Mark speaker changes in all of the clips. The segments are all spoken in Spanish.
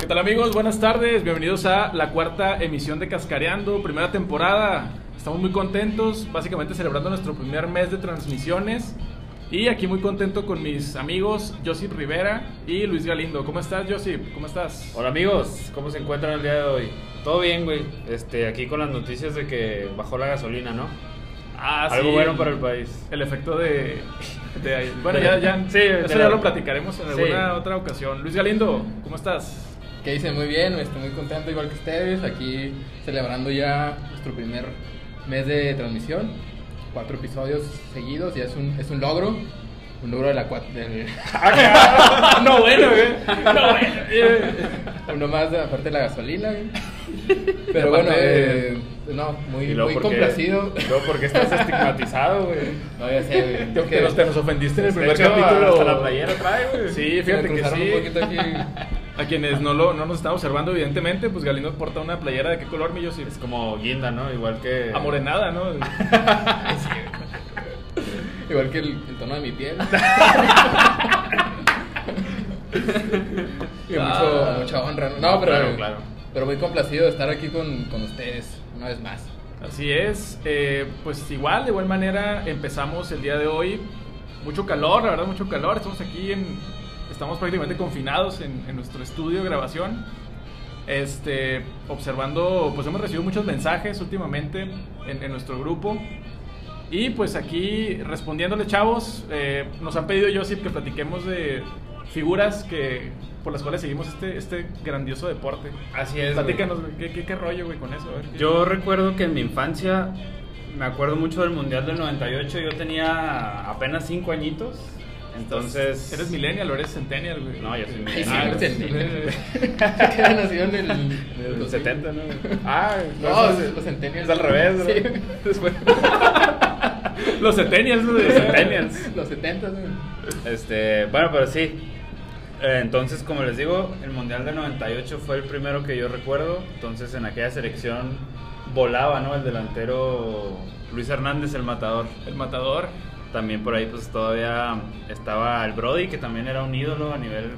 Speaker 1: ¿Qué tal amigos? Buenas tardes, bienvenidos a la cuarta emisión de Cascareando, primera temporada. Estamos muy contentos, básicamente celebrando nuestro primer mes de transmisiones. Y aquí muy contento con mis amigos Josip Rivera y Luis Galindo. ¿Cómo estás Josip? ¿Cómo estás?
Speaker 2: Hola amigos, ¿cómo se encuentran el día de hoy? Todo bien, güey. Este, aquí con las noticias de que bajó la gasolina, ¿no?
Speaker 1: Ah,
Speaker 2: Algo bueno para el país.
Speaker 1: El efecto de... de- bueno,
Speaker 2: De-
Speaker 1: ya, ya,
Speaker 2: sí, de
Speaker 1: eso
Speaker 2: la-
Speaker 1: ya lo platicaremos en
Speaker 2: sí.
Speaker 1: alguna otra ocasión. Luis Galindo, ¿cómo estás?
Speaker 3: Que dicen muy bien, estoy muy contento igual que ustedes, aquí celebrando ya nuestro primer mes de transmisión, cuatro episodios seguidos, ya es un, es un logro, un logro de la cuat- del-
Speaker 1: Ah,
Speaker 2: Ah,
Speaker 1: no, bueno,
Speaker 2: eh.
Speaker 1: güey. No, bueno. Eh,
Speaker 3: uno más de aparte de la gasolina, güey.
Speaker 2: Y
Speaker 3: pero bueno,
Speaker 2: aparte-
Speaker 3: eh, no, muy,
Speaker 2: luego
Speaker 3: muy
Speaker 2: por qué-
Speaker 3: complacido.
Speaker 2: y luego porque estás estigmatizado, güey.
Speaker 3: No, ya sé, güey, es que
Speaker 1: Te, nos- te nos ofendiste en el primer
Speaker 2: De hecho,
Speaker 1: capítulo.
Speaker 2: Hasta la playera trae, güey.
Speaker 1: Sí,
Speaker 3: se me
Speaker 1: fíjate que
Speaker 3: cruzaron
Speaker 1: sí.
Speaker 3: un poquito aquí.
Speaker 1: A quienes no, lo, no nos están observando, evidentemente, pues Galindo porta una playera de qué color, mi Josip?
Speaker 2: Es como guinda, ¿no? Igual que...
Speaker 1: Amorenada, ¿no?
Speaker 3: Igual que el, el tono de mi piel. y mucho,
Speaker 1: Ah.
Speaker 3: mucha honra. No,
Speaker 2: No,
Speaker 3: pero,
Speaker 2: claro, claro.
Speaker 3: pero muy complacido de estar aquí con, con ustedes una vez más.
Speaker 1: Así es. eh, pues igual, de igual manera, empezamos el día de hoy. Mucho calor, la verdad, mucho calor. Estamos aquí en. Estamos prácticamente confinados en, en nuestro estudio de grabación. Este, observando, pues hemos recibido muchos mensajes últimamente en, en nuestro grupo. Y pues aquí respondiéndole, chavos, eh, nos han pedido Josip que platiquemos de figuras que por las cuales seguimos este, este grandioso deporte.
Speaker 2: Así es, güey.
Speaker 1: Platícanos, güey, ¿qué, qué, qué rollo, güey, con eso? A ver, ¿qué-
Speaker 2: Yo recuerdo que en mi infancia, me acuerdo mucho del Mundial del 98, yo tenía apenas 5 añitos. Entonces...
Speaker 1: Pues, ¿Eres millennial o eres centennial, güey?
Speaker 2: No, yo soy
Speaker 3: Ay,
Speaker 2: millennial.
Speaker 3: sí,
Speaker 2: Ah,
Speaker 3: me
Speaker 2: eres
Speaker 3: entendí.
Speaker 1: millennial.
Speaker 3: Que era nacido en el,
Speaker 2: Del
Speaker 3: 2000.
Speaker 2: 70, ¿no? Ah,
Speaker 3: No,
Speaker 2: entonces-
Speaker 3: los centennials.
Speaker 2: Es al revés, ¿no?
Speaker 3: Sí.
Speaker 2: Después.
Speaker 1: Los centennials, güey.
Speaker 2: Los centennials.
Speaker 3: Los 70, güey.
Speaker 2: Este, bueno, pero sí. Eh, Entonces, como les digo, el Mundial del 98 fue el primero que yo recuerdo. Entonces, en aquella selección volaba, ¿no? El delantero Luis Hernández, el matador.
Speaker 1: El matador.
Speaker 2: También por ahí, pues todavía estaba el Brody, que también era un ídolo a nivel.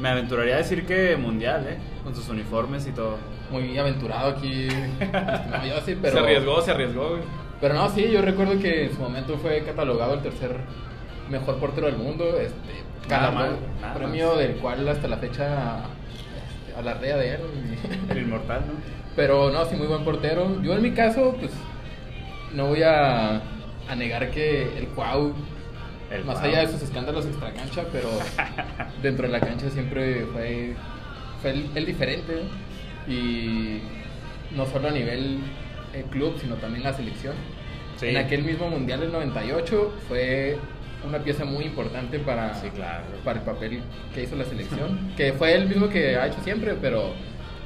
Speaker 2: Me aventuraría a decir que mundial, ¿eh? Con sus uniformes y todo.
Speaker 3: Muy aventurado aquí. No, yo sí, pero.
Speaker 1: Se arriesgó, se arriesgó, güey.
Speaker 3: Pero no, sí, yo recuerdo que en su momento fue catalogado el tercer mejor portero del mundo, este,
Speaker 2: Nada
Speaker 3: galardón,
Speaker 2: mal, nada
Speaker 3: premio
Speaker 2: más.
Speaker 3: del cual hasta la fecha este, alardea de él.
Speaker 2: El inmortal, ¿no?
Speaker 3: Pero no, sí, muy buen portero. Yo en mi caso, pues, no voy a, a negar que el Cuau,
Speaker 2: El
Speaker 3: más
Speaker 2: Cuau.
Speaker 3: allá de sus escándalos extra cancha, pero dentro de la cancha siempre fue, fue el, el diferente. Y no solo a nivel eh, club, sino también la selección.
Speaker 2: Sí.
Speaker 3: En aquel mismo Mundial del 98 fue una pieza muy importante para,
Speaker 2: Sí, claro.
Speaker 3: para el papel que hizo la selección, que fue el mismo que ha hecho siempre, pero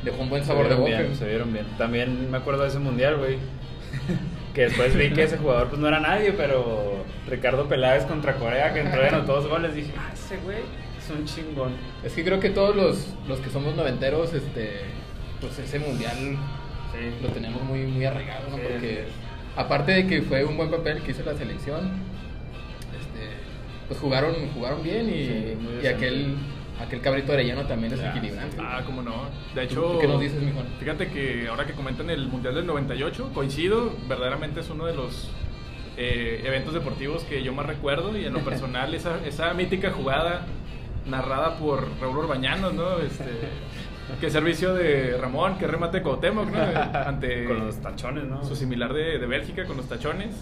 Speaker 3: dejó un buen sabor de
Speaker 2: vieron
Speaker 3: boca.
Speaker 2: bien, se vieron bien. También me acuerdo de ese mundial, güey. que después vi que ese jugador pues no era nadie, pero Ricardo Peláez contra Corea, que entró y anotó dos goles, dije, ah, ese güey es un chingón.
Speaker 3: Es que creo que todos los, los que somos noventeros, este, pues ese Mundial lo tenemos muy, muy arraigado, ¿no?
Speaker 2: Sí,
Speaker 3: Porque
Speaker 2: así
Speaker 3: aparte de que fue un buen papel que hizo la selección, este, pues jugaron, jugaron bien y,
Speaker 2: Sí, muy
Speaker 3: y
Speaker 2: decente.
Speaker 3: aquel, aquel cabrito arellano también es
Speaker 2: Ya,
Speaker 3: equilibrante.
Speaker 1: Ah, cómo no. De
Speaker 3: ¿Tú-
Speaker 1: hecho.
Speaker 3: tú qué nos dices, mijo?
Speaker 1: Fíjate que ahora que comentan el Mundial del 98, coincido, verdaderamente es uno de los eh, eventos deportivos que yo más recuerdo y en lo personal esa, esa mítica jugada narrada por Raúl Urbañanos, ¿no? Este, qué servicio de Ramón, qué remate de Cuauhtémoc, ¿no? Ante
Speaker 2: Con los tachones, ¿no?
Speaker 1: su similar de, de Bélgica con los tachones.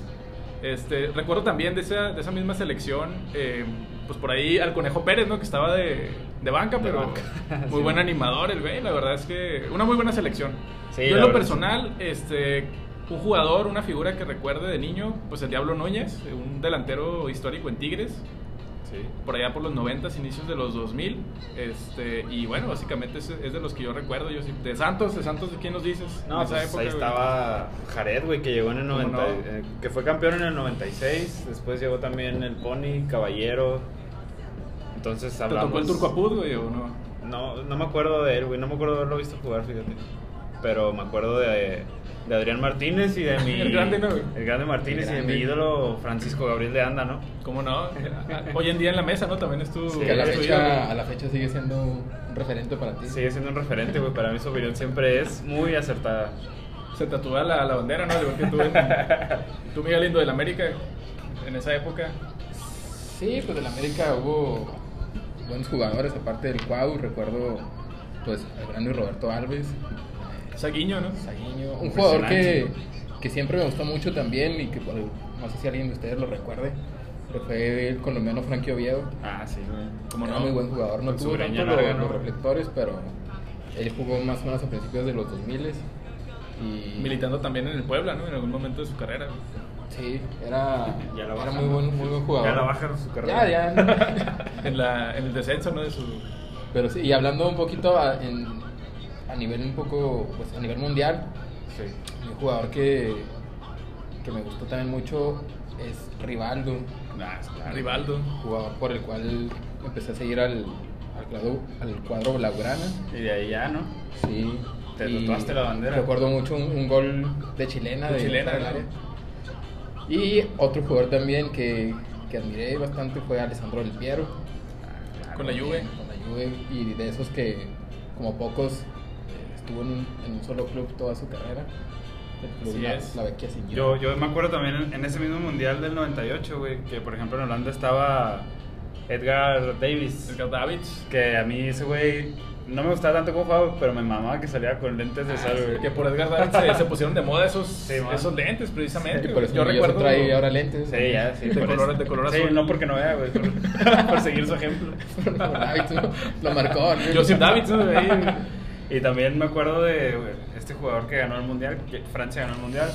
Speaker 1: Este, recuerdo también de esa, de esa misma selección, eh, pues por ahí al Conejo Pérez, ¿no? Que estaba de, de banca,
Speaker 2: De
Speaker 1: pero
Speaker 2: banca.
Speaker 1: muy
Speaker 2: Sí.
Speaker 1: buen animador el güey. La verdad es que una muy buena selección. Yo
Speaker 2: Sí,
Speaker 1: en
Speaker 2: la
Speaker 1: lo
Speaker 2: verdad,
Speaker 1: personal, este, un jugador, una figura que recuerde de niño, pues el Diablo Núñez, un delantero histórico en Tigres,
Speaker 2: Sí.
Speaker 1: por allá por los 90, inicios de los 2000. Este, y bueno, básicamente es, es de los que yo recuerdo. Yo, sí- de Santos, de Santos, ¿de quién nos dices?
Speaker 2: No,
Speaker 1: En esa
Speaker 2: pues
Speaker 1: época,
Speaker 2: ahí
Speaker 1: güey.
Speaker 2: estaba Jared, güey, que llegó en el
Speaker 1: ¿Cómo
Speaker 2: 90,
Speaker 1: no?
Speaker 2: eh, que fue campeón en el 96, después llegó también el Pony, Caballero. Entonces
Speaker 1: ¿Te
Speaker 2: hablamos
Speaker 1: tocó el Turco Apud, güey, o no?
Speaker 2: No, no me acuerdo de él, güey. No me acuerdo de haberlo visto jugar, fíjate. Pero me acuerdo de, de Adrián Martínez y de mi.
Speaker 1: El grande, ¿no, güey?
Speaker 2: el grande Martínez
Speaker 3: El
Speaker 2: y
Speaker 3: grande.
Speaker 2: de mi ídolo Francisco Gabriel de Anda, ¿no?
Speaker 1: ¿Cómo no? Eh, Hoy en día en la mesa, ¿no? También estuvo.
Speaker 2: Sí,
Speaker 3: Que a la,
Speaker 2: estoy
Speaker 3: fecha, a la fecha sigue siendo un referente para ti.
Speaker 2: Sigue siendo un referente, güey. Para mí su opinión siempre es muy acertada.
Speaker 1: Se tatúa la, la bandera, ¿no? Al Igual que tú, en- tú Miguel Lindo del América, en esa época.
Speaker 3: Sí, pues del América hubo buenos jugadores, aparte del Cuau, recuerdo pues al grande Roberto Alves,
Speaker 1: Saguiño, ¿no?
Speaker 3: Saguiño, un jugador que,
Speaker 2: Impresionante.
Speaker 3: que siempre me gustó mucho también y que por- no sé si alguien de ustedes lo recuerde, pero fue el colombiano Frankie Oviedo,
Speaker 2: Ah, sí, güey.
Speaker 1: ¿Cómo
Speaker 3: Como
Speaker 1: no?
Speaker 3: muy buen jugador, no
Speaker 2: Con su
Speaker 3: tuvo
Speaker 2: greña
Speaker 3: tanto lo-
Speaker 2: larga, ¿no?
Speaker 3: los reflectores, pero él jugó más o menos a principios de los 2000 y
Speaker 1: Militando también en el Puebla, ¿no? En algún momento de su carrera. güey.
Speaker 3: Sí, era,
Speaker 2: Ya la
Speaker 3: era
Speaker 2: bajaron.
Speaker 3: muy buen, muy buen jugador.
Speaker 2: Ya la bajaron su carrera.
Speaker 3: Ya, ya.
Speaker 1: En, la, en el descenso, ¿no? De su.
Speaker 3: Pero sí, y hablando un poquito a, en- a nivel un poco, pues a nivel mundial,
Speaker 2: Sí.
Speaker 3: un jugador que, que me gustó también mucho es Rivaldo,
Speaker 2: Ah, es claro.
Speaker 1: Rivaldo.
Speaker 3: jugador por el cual empecé a seguir al, al, cuadro, al cuadro blaugrana.
Speaker 2: Y de ahí ya, ¿no?
Speaker 3: Sí.
Speaker 2: Te
Speaker 3: y
Speaker 2: tatuaste la bandera.
Speaker 3: Recuerdo mucho un, un gol de chilena.
Speaker 1: De chilena,
Speaker 3: fuera del
Speaker 1: ¿no?
Speaker 3: área. Y otro jugador también que, que admiré bastante fue Alessandro Del Piero.
Speaker 2: Ah,
Speaker 3: Eh,
Speaker 1: Con la Juve.
Speaker 3: Con la Juve. Y de esos que, como pocos, eh, estuvo en un, en un solo club toda su carrera. El club
Speaker 1: Así
Speaker 3: la,
Speaker 1: es.
Speaker 3: la Vecchia Signora.
Speaker 2: Yo, yo me acuerdo también en, en ese mismo mundial del 98, güey, que por ejemplo en Holanda estaba Edgar Davis.
Speaker 1: Edgar Davids.
Speaker 2: Que a mí ese güey no me gustaba tanto como jugaba, pero me mamaba que salía con lentes de sal, güey.
Speaker 1: Que por Edgar Davids se, se pusieron de moda esos,
Speaker 2: Sí, man.
Speaker 1: esos lentes, precisamente.
Speaker 3: Y por
Speaker 1: güey.
Speaker 3: eso yo recuerdo. trae ahora lentes.
Speaker 2: Sí, ya, sí.
Speaker 1: De
Speaker 2: por
Speaker 1: color-
Speaker 2: eso.
Speaker 1: de color
Speaker 2: Sí,
Speaker 1: azul.
Speaker 2: no porque no vea, güey. Por, por seguir su ejemplo.
Speaker 3: Por Davids, ¿no? Lo marcó. ¿no?
Speaker 1: Joseph Davids, ¿no? De ahí.
Speaker 2: Y también me acuerdo de güey, este jugador que ganó el mundial, que Francia ganó el mundial,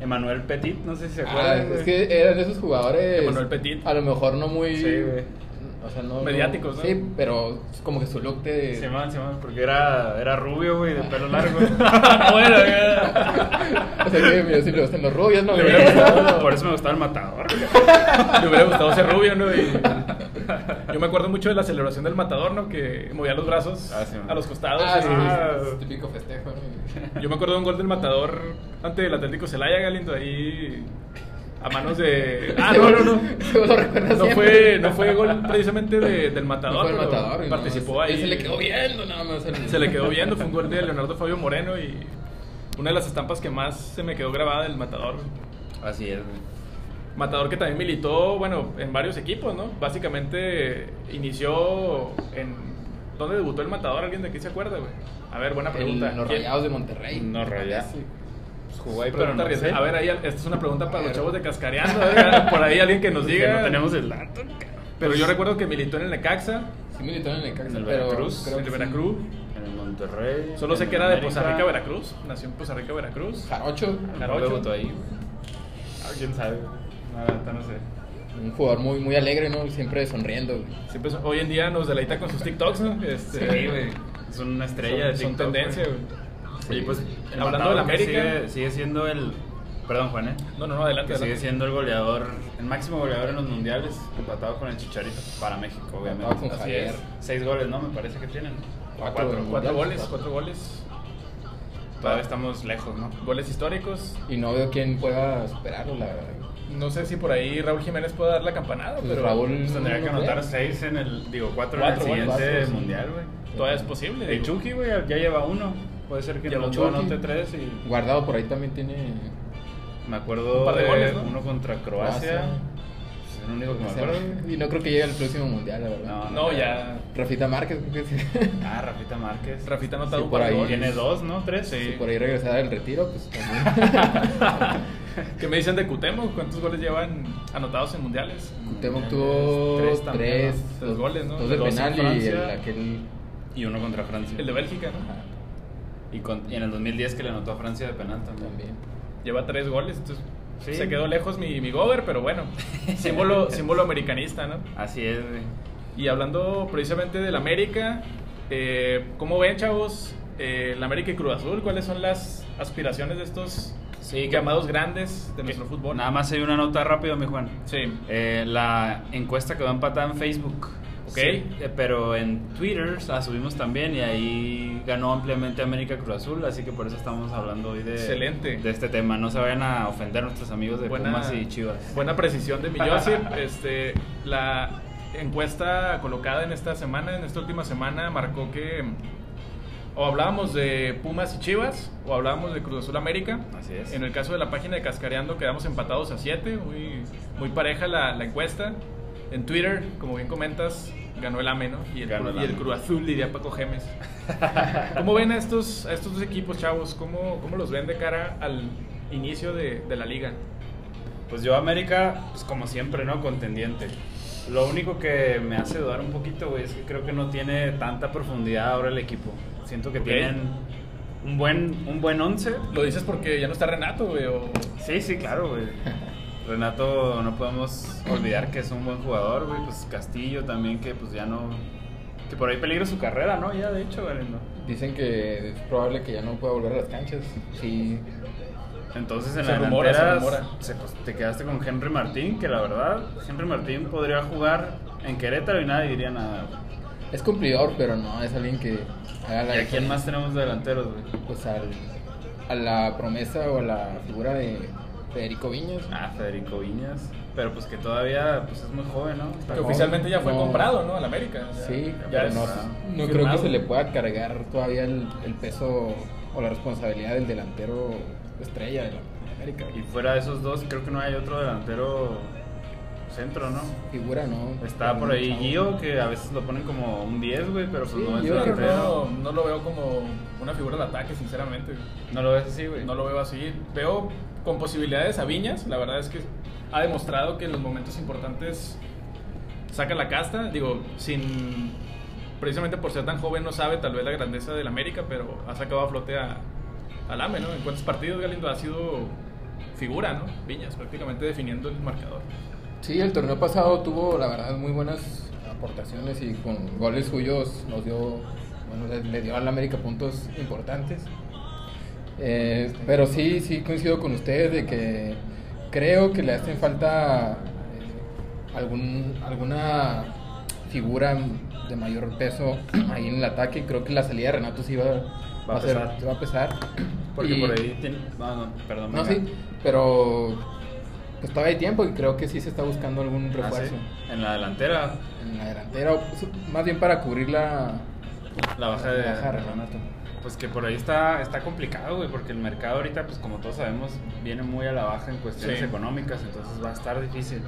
Speaker 2: Emmanuel Petit, no sé si se
Speaker 3: Ah,
Speaker 2: acuerdan.
Speaker 3: es
Speaker 2: güey.
Speaker 3: que eran de esos jugadores.
Speaker 1: Emanuel Petit.
Speaker 3: A lo mejor no muy.
Speaker 2: Sí, güey.
Speaker 3: O sea, no.
Speaker 1: Mediáticos, ¿no?
Speaker 3: Sí, pero es como que su look de.
Speaker 2: Simón, Simón, porque era, era rubio, güey, de pelo largo.
Speaker 1: bueno, güey.
Speaker 3: o sea, que mira, si le gustan los rubios, ¿no?
Speaker 2: Le hubiera gustado- por eso me gustaba el matador.
Speaker 1: Me hubiera gustado ser rubio, ¿no? Y- yo me acuerdo mucho de la celebración del matador, ¿no? Que movía los brazos
Speaker 2: Ah, sí, man.
Speaker 1: a los costados.
Speaker 3: Ah, sí,
Speaker 1: y-
Speaker 3: sí, sí, típico festejo. ¿no?
Speaker 1: Yo me acuerdo de un gol del matador ante el Atlético Celaya, Galindo, ahí a manos de... Ah, no, no, no.
Speaker 3: Eso lo recuerda
Speaker 1: No
Speaker 3: siempre.
Speaker 1: fue, no fue gol precisamente de- del
Speaker 3: No
Speaker 1: matador.
Speaker 3: fue el
Speaker 1: pero
Speaker 3: matador. y no,
Speaker 1: Participó
Speaker 3: se-
Speaker 1: ahí.
Speaker 3: Se le quedó viendo, nada más. el-
Speaker 1: Se le quedó viendo, fue un gol de Leonardo Fabio Moreno y una de las estampas que más se me quedó grabada del matador.
Speaker 2: Así es, güey.
Speaker 1: Matador que también militó, bueno, en varios equipos, ¿no? Básicamente eh, inició en... ¿Dónde debutó el matador? ¿Alguien de aquí se acuerda, güey? A ver, buena
Speaker 3: En
Speaker 1: pregunta.
Speaker 3: los
Speaker 1: ¿Quién?
Speaker 3: rayados de Monterrey.
Speaker 2: No, Rayados.
Speaker 3: Sí.
Speaker 2: Pues jugó ahí, pero
Speaker 1: Pregunta
Speaker 2: no sé.
Speaker 1: arriesgada. A ver, ahí, esta es una pregunta
Speaker 3: A
Speaker 1: para los
Speaker 3: ver.
Speaker 1: chavos de Cascareando. a ver, por ahí alguien que nos
Speaker 2: Que
Speaker 1: diga.
Speaker 2: no tenemos el dato, cabrón.
Speaker 1: Pero yo recuerdo que militó en el Necaxa,
Speaker 3: Sí, militó en el Necaxa,
Speaker 2: En el
Speaker 3: pero.
Speaker 2: Veracruz,
Speaker 3: creo
Speaker 1: en el
Speaker 3: que sí.
Speaker 1: Veracruz.
Speaker 2: En el Monterrey.
Speaker 1: Solo sé
Speaker 2: en
Speaker 1: que era de
Speaker 2: América.
Speaker 1: Poza Rica, Veracruz. Nació en Poza Rica, Veracruz.
Speaker 3: Jarocho.
Speaker 2: A
Speaker 1: Jarocho.
Speaker 2: lo mejor debutó ahí, güey. Ah, quién sabe. No, la neta no sé.
Speaker 3: Un jugador muy, muy alegre, ¿no? Siempre sonriendo. güey.
Speaker 1: Siempre son- pues, hoy en día nos deleita con sus TikToks, ¿no? Este,
Speaker 2: Es una estrella
Speaker 1: Son,
Speaker 2: de
Speaker 1: son
Speaker 2: TikTok,
Speaker 1: tendencia, güey.
Speaker 2: Y pues, el
Speaker 1: Hablando de la
Speaker 2: matador que
Speaker 1: América.
Speaker 2: Sigue, sigue siendo el. Perdón, Juan, ¿eh?
Speaker 1: No, no, no, adelante.
Speaker 2: Que sigue
Speaker 1: adelante.
Speaker 2: siendo el goleador, el máximo goleador en los mundiales, empatado con el Chicharito para México, obviamente.
Speaker 3: Empatado con Javier.
Speaker 2: Seis goles, ¿no? Me parece que tienen.
Speaker 3: Cuatro,
Speaker 2: Cuatro.
Speaker 1: Cuatro
Speaker 3: Mundiales,
Speaker 1: goles,
Speaker 3: cuatro.
Speaker 1: cuatro goles.
Speaker 2: Todavía estamos lejos, ¿no?
Speaker 3: Mm,
Speaker 1: Goles históricos.
Speaker 3: Y no veo quién pueda superarlo, la verdad. güey.
Speaker 1: No sé si por ahí Raúl Jiménez puede dar la campanada,
Speaker 3: Pues
Speaker 1: pero
Speaker 3: Raúl-
Speaker 2: Pues tendría que
Speaker 3: No, no
Speaker 2: anotar
Speaker 3: creo.
Speaker 2: seis en el. Digo, cuatro,
Speaker 1: Cuatro,
Speaker 2: en el
Speaker 1: bueno,
Speaker 2: siguiente
Speaker 3: cuatro, sí.
Speaker 2: mundial, güey.
Speaker 1: todavía es posible.
Speaker 2: El
Speaker 1: digo.
Speaker 2: Chucky, güey, ya lleva uno. Puede ser que
Speaker 1: Lleva
Speaker 2: no
Speaker 1: Chucky.
Speaker 2: anote tres y.
Speaker 3: Guardado por ahí también tiene.
Speaker 2: Me acuerdo
Speaker 1: Un par de goles, ¿no?
Speaker 2: uno contra Croacia. Pues,
Speaker 3: Croacia.
Speaker 2: Es el único que me acuerdo.
Speaker 3: Y no creo que llegue al próximo mundial, la verdad.
Speaker 2: No.
Speaker 1: Ah, No, ya.
Speaker 3: Rafita Márquez, creo que sí.
Speaker 2: Ah, Rafita Márquez.
Speaker 1: Rafita ha anotado
Speaker 3: Sí,
Speaker 1: un
Speaker 3: por
Speaker 1: par de
Speaker 3: ahí.
Speaker 1: goles.
Speaker 2: Tiene dos, ¿no? Tres.
Speaker 1: Sí.
Speaker 3: Si por ahí regresara del retiro, pues también.
Speaker 1: ¿Qué me dicen de Cutemoc? ¿Cuántos goles llevan anotados en mundiales?
Speaker 3: Cuauhtémoc tuvo
Speaker 2: Tres
Speaker 3: tres,
Speaker 2: también,
Speaker 1: ¿no? Tres goles, ¿no?
Speaker 3: Dos de
Speaker 2: Dos en
Speaker 3: penal y
Speaker 2: Francia.
Speaker 3: el, aquel.
Speaker 2: Y uno contra Francia.
Speaker 1: El de Bélgica, ¿no?
Speaker 3: Ajá,
Speaker 2: Y, con- y en el 2010 que le anotó a Francia de penal también.
Speaker 3: también.
Speaker 1: Lleva tres goles, entonces
Speaker 2: Sí.
Speaker 1: se quedó lejos mi, mi gober, pero bueno, símbolo, símbolo americanista, ¿no?
Speaker 2: Así es, güey.
Speaker 1: Y hablando precisamente del América, eh, ¿cómo ven, chavos? Eh, el América y Cruz Azul, ¿cuáles son las aspiraciones de estos
Speaker 2: Sí,
Speaker 1: llamados grandes de nuestro
Speaker 2: que-
Speaker 1: fútbol?
Speaker 2: Nada más hay una nota rápido, mi Juan.
Speaker 1: Sí.
Speaker 2: Eh, la encuesta quedó empatada en Facebook.
Speaker 1: Ok.
Speaker 2: Sí, eh, pero en Twitter la subimos también y ahí ganó ampliamente América Cruz Azul, así que por eso estamos hablando hoy de,
Speaker 1: Excelente.
Speaker 2: de este tema. No se vayan a ofender nuestros amigos de
Speaker 1: Buena-
Speaker 2: Pumas y Chivas.
Speaker 1: Buena precisión de mi Joseph. Este, la encuesta colocada en esta semana, en esta última semana, marcó que o hablábamos de Pumas y Chivas o hablábamos de Cruz Azul América.
Speaker 2: Así es.
Speaker 1: En el caso de la página de Cascareando quedamos empatados a 7, muy, muy pareja la, la encuesta. En Twitter, como bien comentas, ganó el AME, ¿no? Y el,
Speaker 2: Ganó el
Speaker 1: Cru- y el
Speaker 2: AME.
Speaker 1: Cruz Azul, diría Paco Gemes. ¿Cómo ven a estos, a estos dos equipos, chavos? ¿Cómo, ¿Cómo los ven de cara al inicio de, de la liga?
Speaker 2: Pues yo América, pues como siempre, ¿no? Contendiente. Lo único que me hace dudar un poquito, güey, es que creo que no tiene tanta profundidad ahora el equipo. Siento que
Speaker 1: Ok.
Speaker 2: tienen un buen, un buen once.
Speaker 1: Lo dices porque ya no está Renato, güey. O...
Speaker 2: Sí, sí, claro, güey. Renato, no podemos olvidar que es un buen jugador, güey. Pues Castillo también, que pues ya no... Que por ahí peligra su carrera, ¿no? Ya, de hecho, güey, ¿no?
Speaker 3: Dicen que es probable que ya no pueda volver a las canchas. Sí.
Speaker 2: Entonces en
Speaker 1: Se
Speaker 2: la
Speaker 1: rumora,
Speaker 2: delantera
Speaker 1: se rumora.
Speaker 2: se- pues, te quedaste con Henry Martín, que la verdad, Henry Martín podría jugar en Querétaro y nadie diría nada, güey.
Speaker 3: Es cumplidor, pero no es alguien que
Speaker 2: ¿Y
Speaker 3: haga la
Speaker 2: a quién
Speaker 3: diferencia.
Speaker 2: más tenemos de delanteros, güey?
Speaker 3: Pues al, a la promesa o a la figura de Federico Viñas.
Speaker 2: Ah, Federico Viñas. Pero pues que todavía pues, es muy joven, ¿no? Está
Speaker 1: Que
Speaker 2: joven.
Speaker 1: oficialmente ya fue
Speaker 3: No.
Speaker 1: comprado, ¿no? Al América. O sea,
Speaker 3: Sí,
Speaker 1: ya
Speaker 3: pero
Speaker 1: es
Speaker 3: no, no creo que
Speaker 1: firmado.
Speaker 3: se le pueda cargar todavía el, el peso o la responsabilidad del delantero estrella de la América.
Speaker 2: Y fuera de esos dos, creo que no hay otro delantero centro, ¿no?
Speaker 3: Figura, ¿no?
Speaker 2: Está por ahí Gio, que a veces lo ponen como un 10, güey, pero pues
Speaker 3: Sí,
Speaker 2: no es
Speaker 3: Gio,
Speaker 1: Yo
Speaker 2: delantero.
Speaker 1: no, no lo veo como una figura de ataque, sinceramente. güey.
Speaker 2: No lo ves así, güey.
Speaker 1: No lo veo así. Veo con posibilidades a Viñas. La verdad es que ha demostrado que en los momentos importantes saca la casta. Digo, sin. Precisamente por ser tan joven, no sabe tal vez la grandeza del América, pero ha sacado a flote a, al AME, ¿no? En cuántos partidos Galindo ha sido figura, ¿no? Viñas, prácticamente definiendo el marcador.
Speaker 3: Sí, el torneo pasado tuvo, la verdad, muy buenas aportaciones y con goles suyos nos dio, bueno, le, le dio al América puntos importantes. Eh, pero sí, sí coincido con ustedes de que creo que le hacen falta eh, algún, alguna figura de mayor peso ahí en el ataque. Creo que la salida de Renato sí va,
Speaker 2: a
Speaker 3: va ser-
Speaker 2: pesar.
Speaker 3: va a pesar.
Speaker 2: Porque
Speaker 3: Y-
Speaker 2: por ahí tiene... No, no, perdón.
Speaker 3: no,
Speaker 2: venga. Ah,
Speaker 3: sí, pero pues todavía hay tiempo y creo que sí se está buscando algún
Speaker 2: Ah,
Speaker 3: refuerzo
Speaker 2: sí. En la delantera,
Speaker 3: en la delantera, o pues, más bien para cubrir la,
Speaker 2: la baja
Speaker 3: la
Speaker 2: de...
Speaker 3: baja de Renato.
Speaker 2: Pues que por ahí está, está complicado, güey, porque el mercado ahorita, pues como todos sabemos, viene muy a la baja en cuestiones
Speaker 1: Sí.
Speaker 2: económicas, entonces va a estar difícil.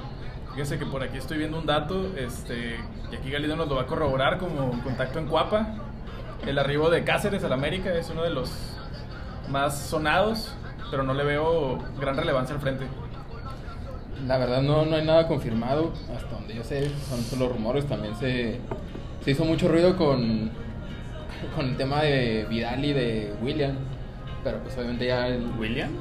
Speaker 1: Fíjense que por aquí estoy viendo un dato, este, y aquí Galindo nos lo va a corroborar como contacto en Cuapa. El arribo de Cáceres al América es uno de los más sonados, pero no le veo gran relevancia al frente.
Speaker 3: La verdad no, no hay nada confirmado, hasta donde yo sé, son solo rumores, también se, se hizo mucho ruido con, con el tema de Vidal y de William, pero pues obviamente ya el,
Speaker 2: ¿William?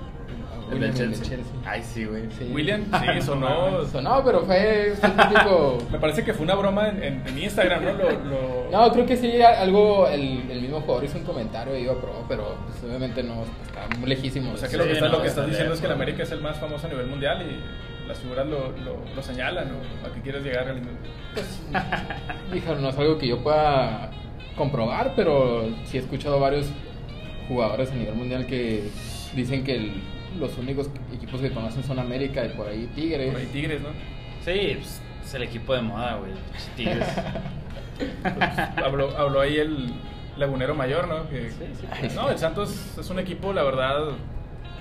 Speaker 3: William
Speaker 2: del
Speaker 3: el de
Speaker 2: Chelsea. Ah,
Speaker 3: Chelsea.
Speaker 2: Ay, sí, güey.
Speaker 3: Sí.
Speaker 1: William, sí, sonó.
Speaker 3: Sonó, pero fue, fue típico...
Speaker 1: Me parece que fue una broma en, en- en Instagram, ¿no? Lo, lo-
Speaker 3: No, creo que sí, a- algo, el, el mismo jugador hizo un comentario y iba a pro, pero pues, obviamente no, está muy lejísimo.
Speaker 1: O sea que lo
Speaker 2: Sí,
Speaker 1: que, está-
Speaker 2: no,
Speaker 1: lo que estás
Speaker 2: está
Speaker 1: diciendo es que el
Speaker 2: lejos.
Speaker 1: América es el más famoso a nivel mundial y las figuras lo, lo- lo señalan, ¿no? ¿A qué quieres llegar, Galindo?
Speaker 3: Híjole, no es algo que yo pueda comprobar, pero sí he escuchado varios jugadores a nivel mundial que dicen que el- los únicos equipos que conocen son América y por ahí Tigres.
Speaker 1: Por ahí Tigres, ¿no?
Speaker 2: Sí, pues, es el equipo de moda, güey. Tigres.
Speaker 1: habló, habló ahí el lagunero mayor, ¿no? Que-
Speaker 2: Sí, sí.
Speaker 1: No, el Santos es un equipo, la verdad,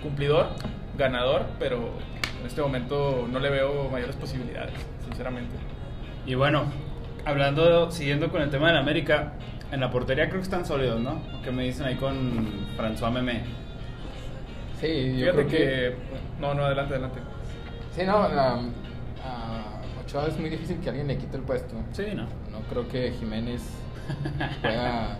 Speaker 1: cumplidor, ganador, pero en este momento no le veo mayores posibilidades, sinceramente.
Speaker 2: y bueno, hablando, siguiendo con el tema del América, en la portería creo que están sólidos, ¿no? ¿Qué me dicen ahí con François Memé?
Speaker 3: Sí, yo
Speaker 1: Fíjate
Speaker 3: creo
Speaker 1: que...
Speaker 3: que...
Speaker 1: No, no, adelante, adelante.
Speaker 3: Sí, no, la- a Ochoa es muy difícil que alguien le quite el puesto.
Speaker 2: Sí, ¿no?
Speaker 3: No creo que Jiménez pueda...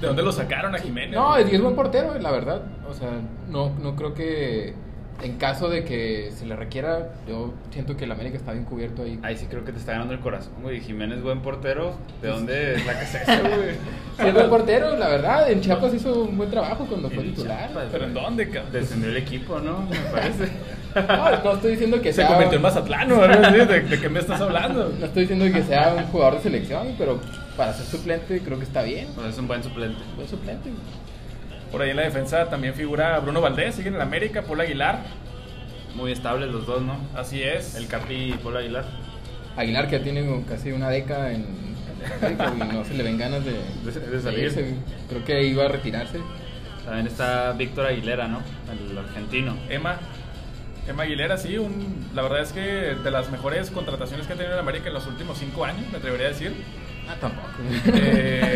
Speaker 1: ¿De dónde lo sacaron a Jiménez?
Speaker 3: No, es, es buen portero, la verdad. O sea, no, no creo que en caso de que se le requiera, yo siento que el América está bien cubierto ahí.
Speaker 2: Ahí sí creo que te está ganando el corazón, güey. Jiménez, buen portero. ¿De dónde sacas eso, güey?
Speaker 3: Sí, es buen portero, la verdad. En Chiapas hizo un buen trabajo cuando fue
Speaker 2: En
Speaker 3: titular.
Speaker 2: Chiapas.
Speaker 1: ¿Pero en dónde, cabrón?
Speaker 2: Descendió el equipo, ¿no? Me parece.
Speaker 3: No, no estoy diciendo que
Speaker 1: Se
Speaker 3: sea.
Speaker 1: convirtió en mazatlano, ¿verdad? ¿De, de qué me estás hablando?
Speaker 3: No estoy diciendo que sea un jugador de selección, pero para ser suplente creo que está bien.
Speaker 2: Pues es un buen suplente.
Speaker 3: Buen suplente.
Speaker 1: Por ahí en la defensa también figura Bruno Valdés, sigue en el América, Paul Aguilar.
Speaker 2: Muy estables los dos, ¿no?
Speaker 1: Así es.
Speaker 2: El Capi y Paul Aguilar.
Speaker 3: Aguilar que ya tiene como casi una década en América y no se le ven ganas de,
Speaker 2: De- de salir.
Speaker 3: irse. Creo que iba a retirarse.
Speaker 2: También está Víctor Aguilera, ¿no? El argentino.
Speaker 1: Emma. Emma Aguilera, sí, un, la verdad es que de las mejores contrataciones que ha tenido el América en los últimos cinco años, me atrevería a decir.
Speaker 3: Ah, tampoco.
Speaker 1: Eh,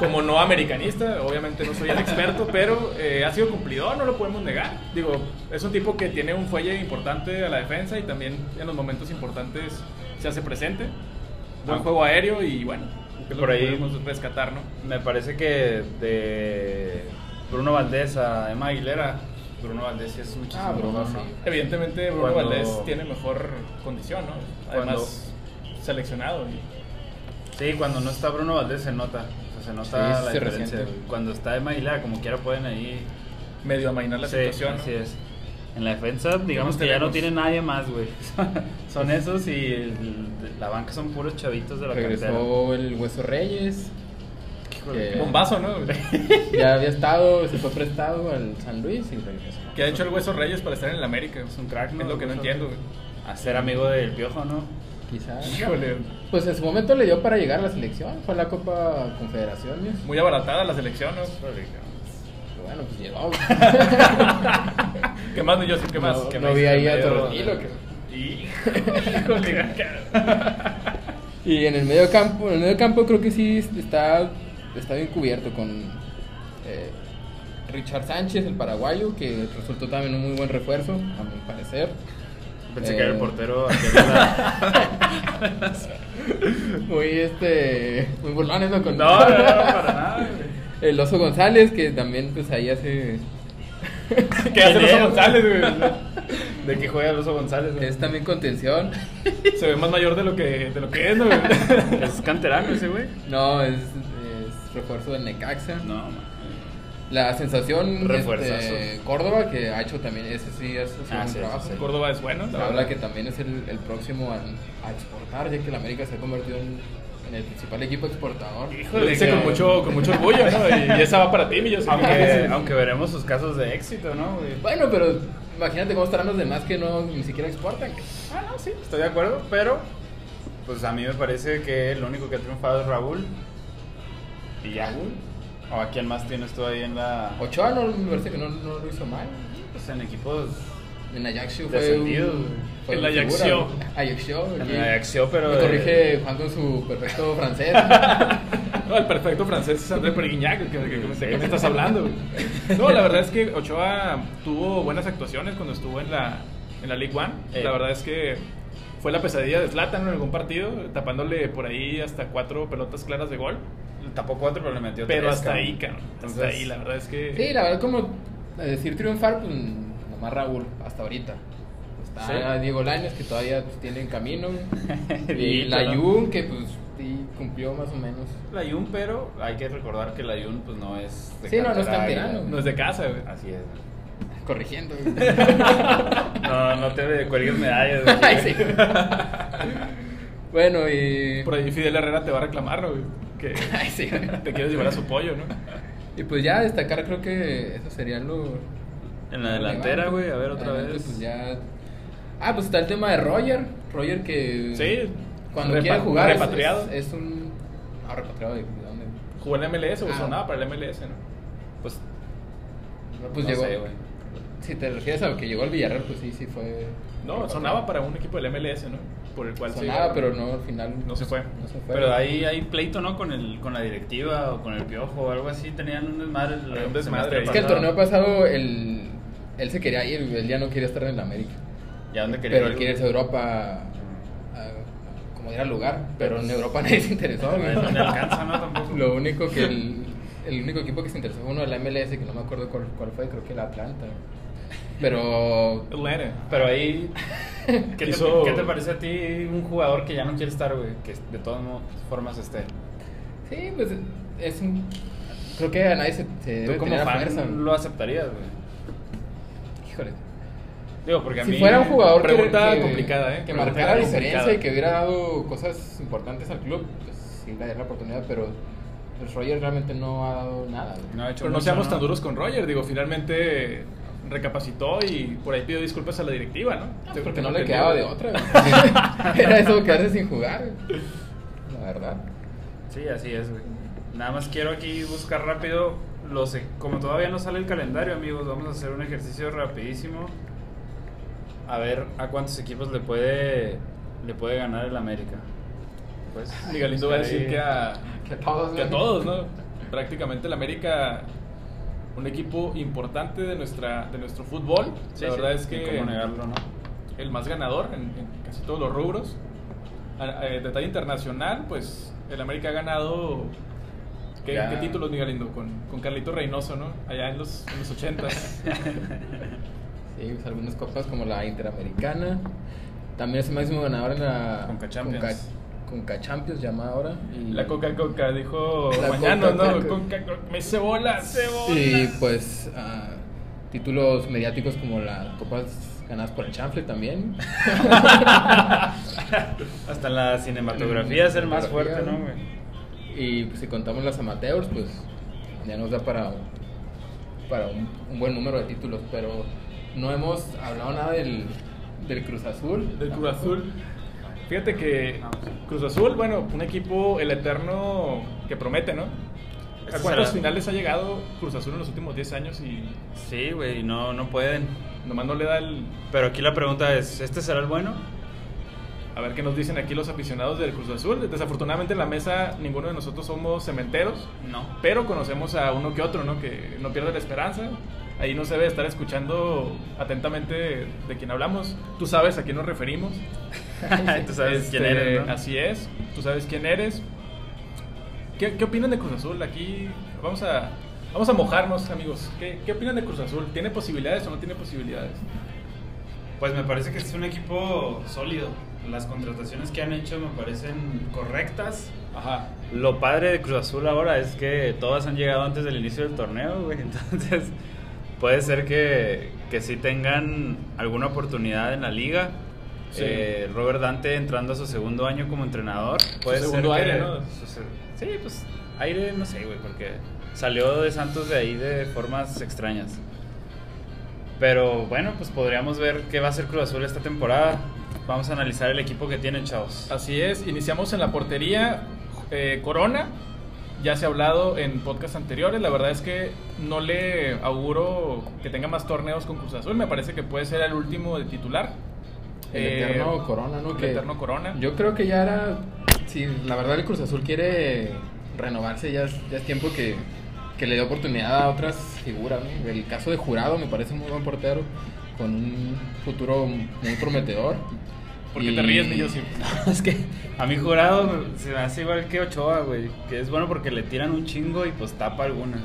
Speaker 1: como no americanista, obviamente no soy el experto, pero eh, ha sido cumplidor, no lo podemos negar. Digo, es un tipo que tiene un fuelle importante a la defensa y también en los momentos importantes se hace presente. Buen
Speaker 2: Ah.
Speaker 1: juego aéreo y bueno, es lo
Speaker 2: Por
Speaker 1: que
Speaker 2: ahí-
Speaker 1: podemos rescatar, ¿no?
Speaker 2: Me parece que de Bruno Valdés a Emma Aguilera, Bruno Valdés sí es muchísimo
Speaker 3: Ah, Bruno,
Speaker 2: mejor, ¿no?
Speaker 3: sí.
Speaker 1: Evidentemente Bruno
Speaker 2: Cuando-
Speaker 1: Valdés tiene mejor condición, ¿no? Además, seleccionado. y-
Speaker 2: Sí, cuando no está Bruno Valdés se nota. O sea, se nota
Speaker 3: Sí,
Speaker 2: la
Speaker 3: se
Speaker 2: diferencia.
Speaker 3: resiente.
Speaker 2: Cuando está Emma Aguilera, como quiera pueden ahí
Speaker 1: medio amainar la
Speaker 2: Sí,
Speaker 1: situación.
Speaker 2: Así es. En la defensa, digamos
Speaker 1: Digamos
Speaker 2: que ya no
Speaker 1: tenemos-
Speaker 2: tiene nadie más, güey. son esos y el- la banca son puros chavitos de la cantera.
Speaker 3: Regresó el Hueso Reyes.
Speaker 2: Híjole.
Speaker 3: Eh,
Speaker 1: Bombazo, ¿no?
Speaker 3: Ya había estado, se fue prestado al San Luis y regresó.
Speaker 1: que ha hecho el Hueso Reyes para estar en el América. Es un crack,
Speaker 2: ¿no?
Speaker 1: Es lo que no
Speaker 2: Hueso.
Speaker 1: entiendo, güey.
Speaker 2: A ser amigo del piojo, ¿no?
Speaker 3: Quizás.
Speaker 1: Híjole.
Speaker 3: Pues en su momento le dio para llegar a la selección. Fue a la Copa Confederaciones.
Speaker 1: Muy abaratada la selección, ¿no?
Speaker 3: Pero bueno, pues llegó.
Speaker 1: ¿Qué más, yo ¿Qué más?
Speaker 3: No,
Speaker 1: ¿Qué
Speaker 3: no
Speaker 1: más?
Speaker 3: vi ahí a
Speaker 1: Medio-
Speaker 3: Torrequilo, que-
Speaker 1: Híjole,
Speaker 3: Y en el medio campo, en el medio campo creo que sí está, está bien cubierto con eh, Richard Sánchez, el paraguayo, que resultó también un muy buen refuerzo, a mi parecer.
Speaker 2: Pensé
Speaker 3: Eh.
Speaker 2: que era el portero. aquel de la-
Speaker 3: Muy este. Muy burlones, ¿no? Con-
Speaker 2: No, no, no, para nada. güey.
Speaker 3: El oso González, que también pues ahí hace.
Speaker 1: ¿Qué hace
Speaker 2: Pelea.
Speaker 1: Rosa González, güey?
Speaker 2: ¿De qué juega Alonso González? güey?
Speaker 3: Es también contención.
Speaker 1: Se ve más mayor de lo que, de lo que es, ¿no, güey?
Speaker 2: ¿Es canterano ese güey?
Speaker 3: No, es, es refuerzo del Necaxa.
Speaker 2: No, man.
Speaker 3: La sensación
Speaker 2: Refuerzazo.
Speaker 3: este, Córdoba, que ha hecho también, ese sí, ese sí,
Speaker 2: Ah,
Speaker 3: buen
Speaker 2: sí,
Speaker 3: trabajo.
Speaker 2: ese sí.
Speaker 1: Córdoba es bueno.
Speaker 3: Se
Speaker 1: la
Speaker 3: habla
Speaker 1: verdad.
Speaker 3: que también es el, el próximo a, a exportar, ya que el América se ha convertido en, en el principal equipo exportador.
Speaker 1: Lo dice
Speaker 2: que-
Speaker 1: con mucho, con mucho orgullo, ¿no? Y, y esa va para ti, mi Joseph.
Speaker 2: Aunque, aunque veremos sus casos de éxito, ¿no? güey?
Speaker 3: Bueno, pero imagínate cómo estarán los demás que no ni siquiera exportan.
Speaker 2: Ah, no, sí, estoy de acuerdo, pero pues a mí me parece que lo único que ha triunfado es Raúl. ¿Y ya? ¿O a quién más tienes tú ahí en la.
Speaker 3: Ochoa no me parece que no, no lo hizo mal.
Speaker 2: Pues en equipos.
Speaker 3: En Ajaxio fue
Speaker 2: Descendido, güey.
Speaker 3: un, fue
Speaker 1: El
Speaker 3: una figura,
Speaker 1: Ajaxio.
Speaker 3: güey. Ajaxio.
Speaker 2: En
Speaker 3: aquí.
Speaker 2: la acción, pero.
Speaker 3: Me
Speaker 2: de-
Speaker 3: corrige Juan con su perfecto francés.
Speaker 1: No, el perfecto francés es André Perguignac, que, que- que- ¿de qué me estás hablando? güey? No, la verdad es que Ochoa tuvo buenas actuaciones cuando estuvo en la, en la League One.
Speaker 2: Eh.
Speaker 1: La verdad es que fue la pesadilla de Zlatan en algún partido, tapándole por ahí hasta cuatro pelotas claras de gol.
Speaker 2: Tapó cuatro, pero le metió
Speaker 1: Pero
Speaker 2: tres,
Speaker 1: hasta ahí, cabrón.
Speaker 2: cabrón.
Speaker 1: Hasta
Speaker 2: Entonces,
Speaker 1: ahí, la verdad es que...
Speaker 3: Sí, la verdad, como decir triunfar, pues nomás Raúl, hasta ahorita. Pues, Está
Speaker 2: Sí.
Speaker 3: Diego Laños, que todavía pues, tiene en camino. y
Speaker 2: Dieguito,
Speaker 3: la
Speaker 2: ¿no?
Speaker 3: Yun, que pues sí, cumplió más o menos.
Speaker 2: La Jun, pero hay que recordar que la Jun, pues no es.
Speaker 3: Sí, no, no es
Speaker 2: cantera,
Speaker 3: canterano.
Speaker 2: y-
Speaker 1: No es de casa, güey.
Speaker 2: Así es. güey.
Speaker 3: Corrigiendo.
Speaker 2: No, no te cuelgues medallas. güey.
Speaker 3: Ay, sí. bueno, y.
Speaker 1: Por ahí Fidel Herrera te va a reclamar, ¿no, güey. Que
Speaker 3: Ay, sí.
Speaker 1: te quieres llevar a su pollo, ¿no?
Speaker 3: Y pues ya destacar, creo que eso sería lo.
Speaker 2: En la delantera, güey, a ver otra
Speaker 3: Adelante,
Speaker 2: vez.
Speaker 3: pues, ya. Ah, pues está el tema de Roger. Roger que.
Speaker 1: Sí.
Speaker 3: Cuando
Speaker 1: Repa-
Speaker 3: quiere jugar. es-
Speaker 1: Repatriado.
Speaker 3: Es, es un. Ah, repatriado de, ¿de dónde.
Speaker 1: Jugó en la MLS o
Speaker 3: Ah.
Speaker 1: sonaba para la MLS, ¿no?
Speaker 2: Pues,
Speaker 3: Pues
Speaker 2: no
Speaker 3: llegó.
Speaker 2: sé, güey.
Speaker 3: si te refieres a lo que llegó al Villarreal, pues sí, sí fue.
Speaker 1: No, sonaba para un equipo del MLS, ¿no? Por el cual se
Speaker 3: Sonaba,
Speaker 1: iba-
Speaker 3: pero no al final.
Speaker 1: No se fue.
Speaker 3: No se fue.
Speaker 2: Pero ahí hay pleito, ¿no? Con, el, con la directiva o con el piojo o algo así. Tenían un desmadre. el
Speaker 1: Había un
Speaker 2: semestre
Speaker 1: desmadre ahí.
Speaker 3: Es que el
Speaker 2: pasado.
Speaker 3: torneo pasado, él, él se quería ir, él ya no quería estar en la América.
Speaker 2: ¿Y a dónde quería
Speaker 3: Pero él
Speaker 2: ir,
Speaker 3: quería
Speaker 2: güey?
Speaker 3: irse a Europa a- como era lugar, pero en Europa nadie se interesó. güey.
Speaker 2: No le alcanza, ¿no? Tampoco.
Speaker 3: Lo único que el, el único equipo que se interesó fue uno de la MLS, que no me acuerdo cuál, cuál fue, creo que el Atlanta. Pero
Speaker 1: Atlanta.
Speaker 2: Pero ahí... ¿qué,
Speaker 1: Hizo-
Speaker 2: te, qué te parece a ti un jugador que ya no quiere estar, güey? Que de todas mo- formas esté.
Speaker 3: sí, pues es un... Creo que a nadie se, se debe
Speaker 2: Tú como
Speaker 3: tener a
Speaker 2: fan
Speaker 3: fuerza.
Speaker 2: lo aceptarías, güey.
Speaker 3: Híjole.
Speaker 2: Digo, porque a
Speaker 3: si
Speaker 2: mí.
Speaker 3: fuera un jugador que-
Speaker 1: pregunta
Speaker 3: que,
Speaker 1: complicada, ¿eh?
Speaker 3: que
Speaker 1: Pregunta
Speaker 3: marcara la
Speaker 1: complicada.
Speaker 3: diferencia y que hubiera dado cosas importantes al club, pues sí le daría la oportunidad, pero el Roger realmente no ha dado nada. güey.
Speaker 2: No ha hecho
Speaker 1: Pero no
Speaker 2: mucho,
Speaker 1: seamos tan duros con Roger, digo, finalmente recapacitó y por ahí pidió disculpas a la directiva, ¿no?
Speaker 3: Pues
Speaker 1: Según
Speaker 3: porque
Speaker 1: tengo
Speaker 3: no le
Speaker 1: entendido.
Speaker 3: quedaba de otra. güey. Era eso quedarse sin jugar, güey. la verdad.
Speaker 2: Sí, así es, güey. Nada más quiero aquí buscar rápido. Lo sé. Como todavía no sale el calendario, amigos, vamos a hacer un ejercicio rapidísimo. A ver a cuántos equipos le puede le puede ganar el América. Pues
Speaker 1: Y Galindo va a decir
Speaker 2: ahí-
Speaker 1: que a,
Speaker 3: Que a todos.
Speaker 1: que a
Speaker 3: güey.
Speaker 1: todos, ¿no? Prácticamente el América, un equipo importante de, nuestra, de nuestro fútbol.
Speaker 2: Sí,
Speaker 1: la
Speaker 2: sí,
Speaker 1: verdad es
Speaker 2: ni
Speaker 1: que
Speaker 2: cómo negarlo, ¿no?
Speaker 1: el más ganador en, en casi todos los rubros. A- eh, detalle internacional, pues el América ha ganado. ¿Qué,
Speaker 2: Ya.
Speaker 1: qué títulos, Miguel Lindo? Con, con Carlito Reynoso, ¿no? Allá en los, en los 80
Speaker 3: Sí, pues, algunas copas como la Interamericana. También es el máximo ganador en la
Speaker 2: Conca Champions.
Speaker 3: Conca- Conca Champions llamada ahora. Y-
Speaker 1: La Coca-Coca dijo
Speaker 3: La
Speaker 1: mañana,
Speaker 3: Coca-Coca.
Speaker 1: ¿no? Coca-Coca, me cebola, cebola.
Speaker 3: Y pues ah, títulos mediáticos como las copas ganadas por el chanfle también.
Speaker 2: Hasta la cinematografía es el más fuerte, ¿no, güey?
Speaker 3: Y pues, si contamos las amateurs, pues ya nos da para, para un, un buen número de títulos. Pero no hemos hablado nada del, del Cruz Azul.
Speaker 1: Del Cruz Azul. Fíjate que Cruz Azul, bueno, un equipo el eterno que promete, ¿no? ¿A
Speaker 2: Este
Speaker 1: cuántas
Speaker 2: será-
Speaker 1: finales ha llegado Cruz Azul en los últimos 10 años y
Speaker 2: Sí, güey, no no pueden.
Speaker 1: nomás no le da el...
Speaker 2: Pero aquí la pregunta es, ¿este será el bueno?
Speaker 1: A ver qué nos dicen aquí los aficionados del Cruz Azul. Desafortunadamente en la mesa ninguno de nosotros somos cementeros,
Speaker 2: No.
Speaker 1: pero conocemos a uno que otro, ¿no? Que no pierde la esperanza. Ahí no se debe estar escuchando atentamente de quién hablamos. Tú sabes a quién nos referimos.
Speaker 2: Tú sabes quién
Speaker 1: Este,
Speaker 2: eres, ¿no?
Speaker 1: Así es, tú sabes quién eres. ¿Qué, qué opinan de Cruz Azul? Aquí vamos a, vamos a mojarnos, amigos. ¿Qué, qué opinan de Cruz Azul? ¿Tiene posibilidades o no tiene posibilidades?
Speaker 2: Pues me parece que es un equipo sólido. Las contrataciones que han hecho me parecen correctas.
Speaker 1: Ajá.
Speaker 2: Lo padre de Cruz Azul ahora es que todas han llegado antes del inicio del torneo, güey. Entonces puede ser que, que sí tengan alguna oportunidad en la liga.
Speaker 1: Sí.
Speaker 2: Eh, Robert Dante entrando a su segundo año como entrenador. Puede ser
Speaker 1: segundo
Speaker 2: que-
Speaker 1: aire, ¿no?
Speaker 2: su se- sí, pues aire, no sé, güey, porque salió de Santos de ahí de formas extrañas. Pero bueno, pues podríamos ver qué va a hacer Cruz Azul esta temporada. Vamos a analizar el equipo que tienen, chavos.
Speaker 1: Así es, iniciamos en la portería eh, Corona. Ya se ha hablado en podcasts anteriores. La verdad es que no le auguro que tenga más torneos con Cruz Azul. Me parece que puede ser el último de titular.
Speaker 3: El
Speaker 1: Eh,
Speaker 3: Eterno Corona, ¿no?
Speaker 1: el
Speaker 3: Que
Speaker 1: Eterno Corona.
Speaker 3: Yo creo que ya era. Si la verdad el Cruz Azul quiere renovarse, ya es, ya es tiempo que, que le dé oportunidad a otras figuras, ¿no? El caso de Jurado me parece un muy buen portero, con un futuro muy prometedor.
Speaker 1: Porque
Speaker 3: Y-
Speaker 1: te ríes, mi Josip?
Speaker 2: Es que a mi jurado se me hace igual que Ochoa, güey. Que es bueno porque le tiran un chingo y pues tapa algunas.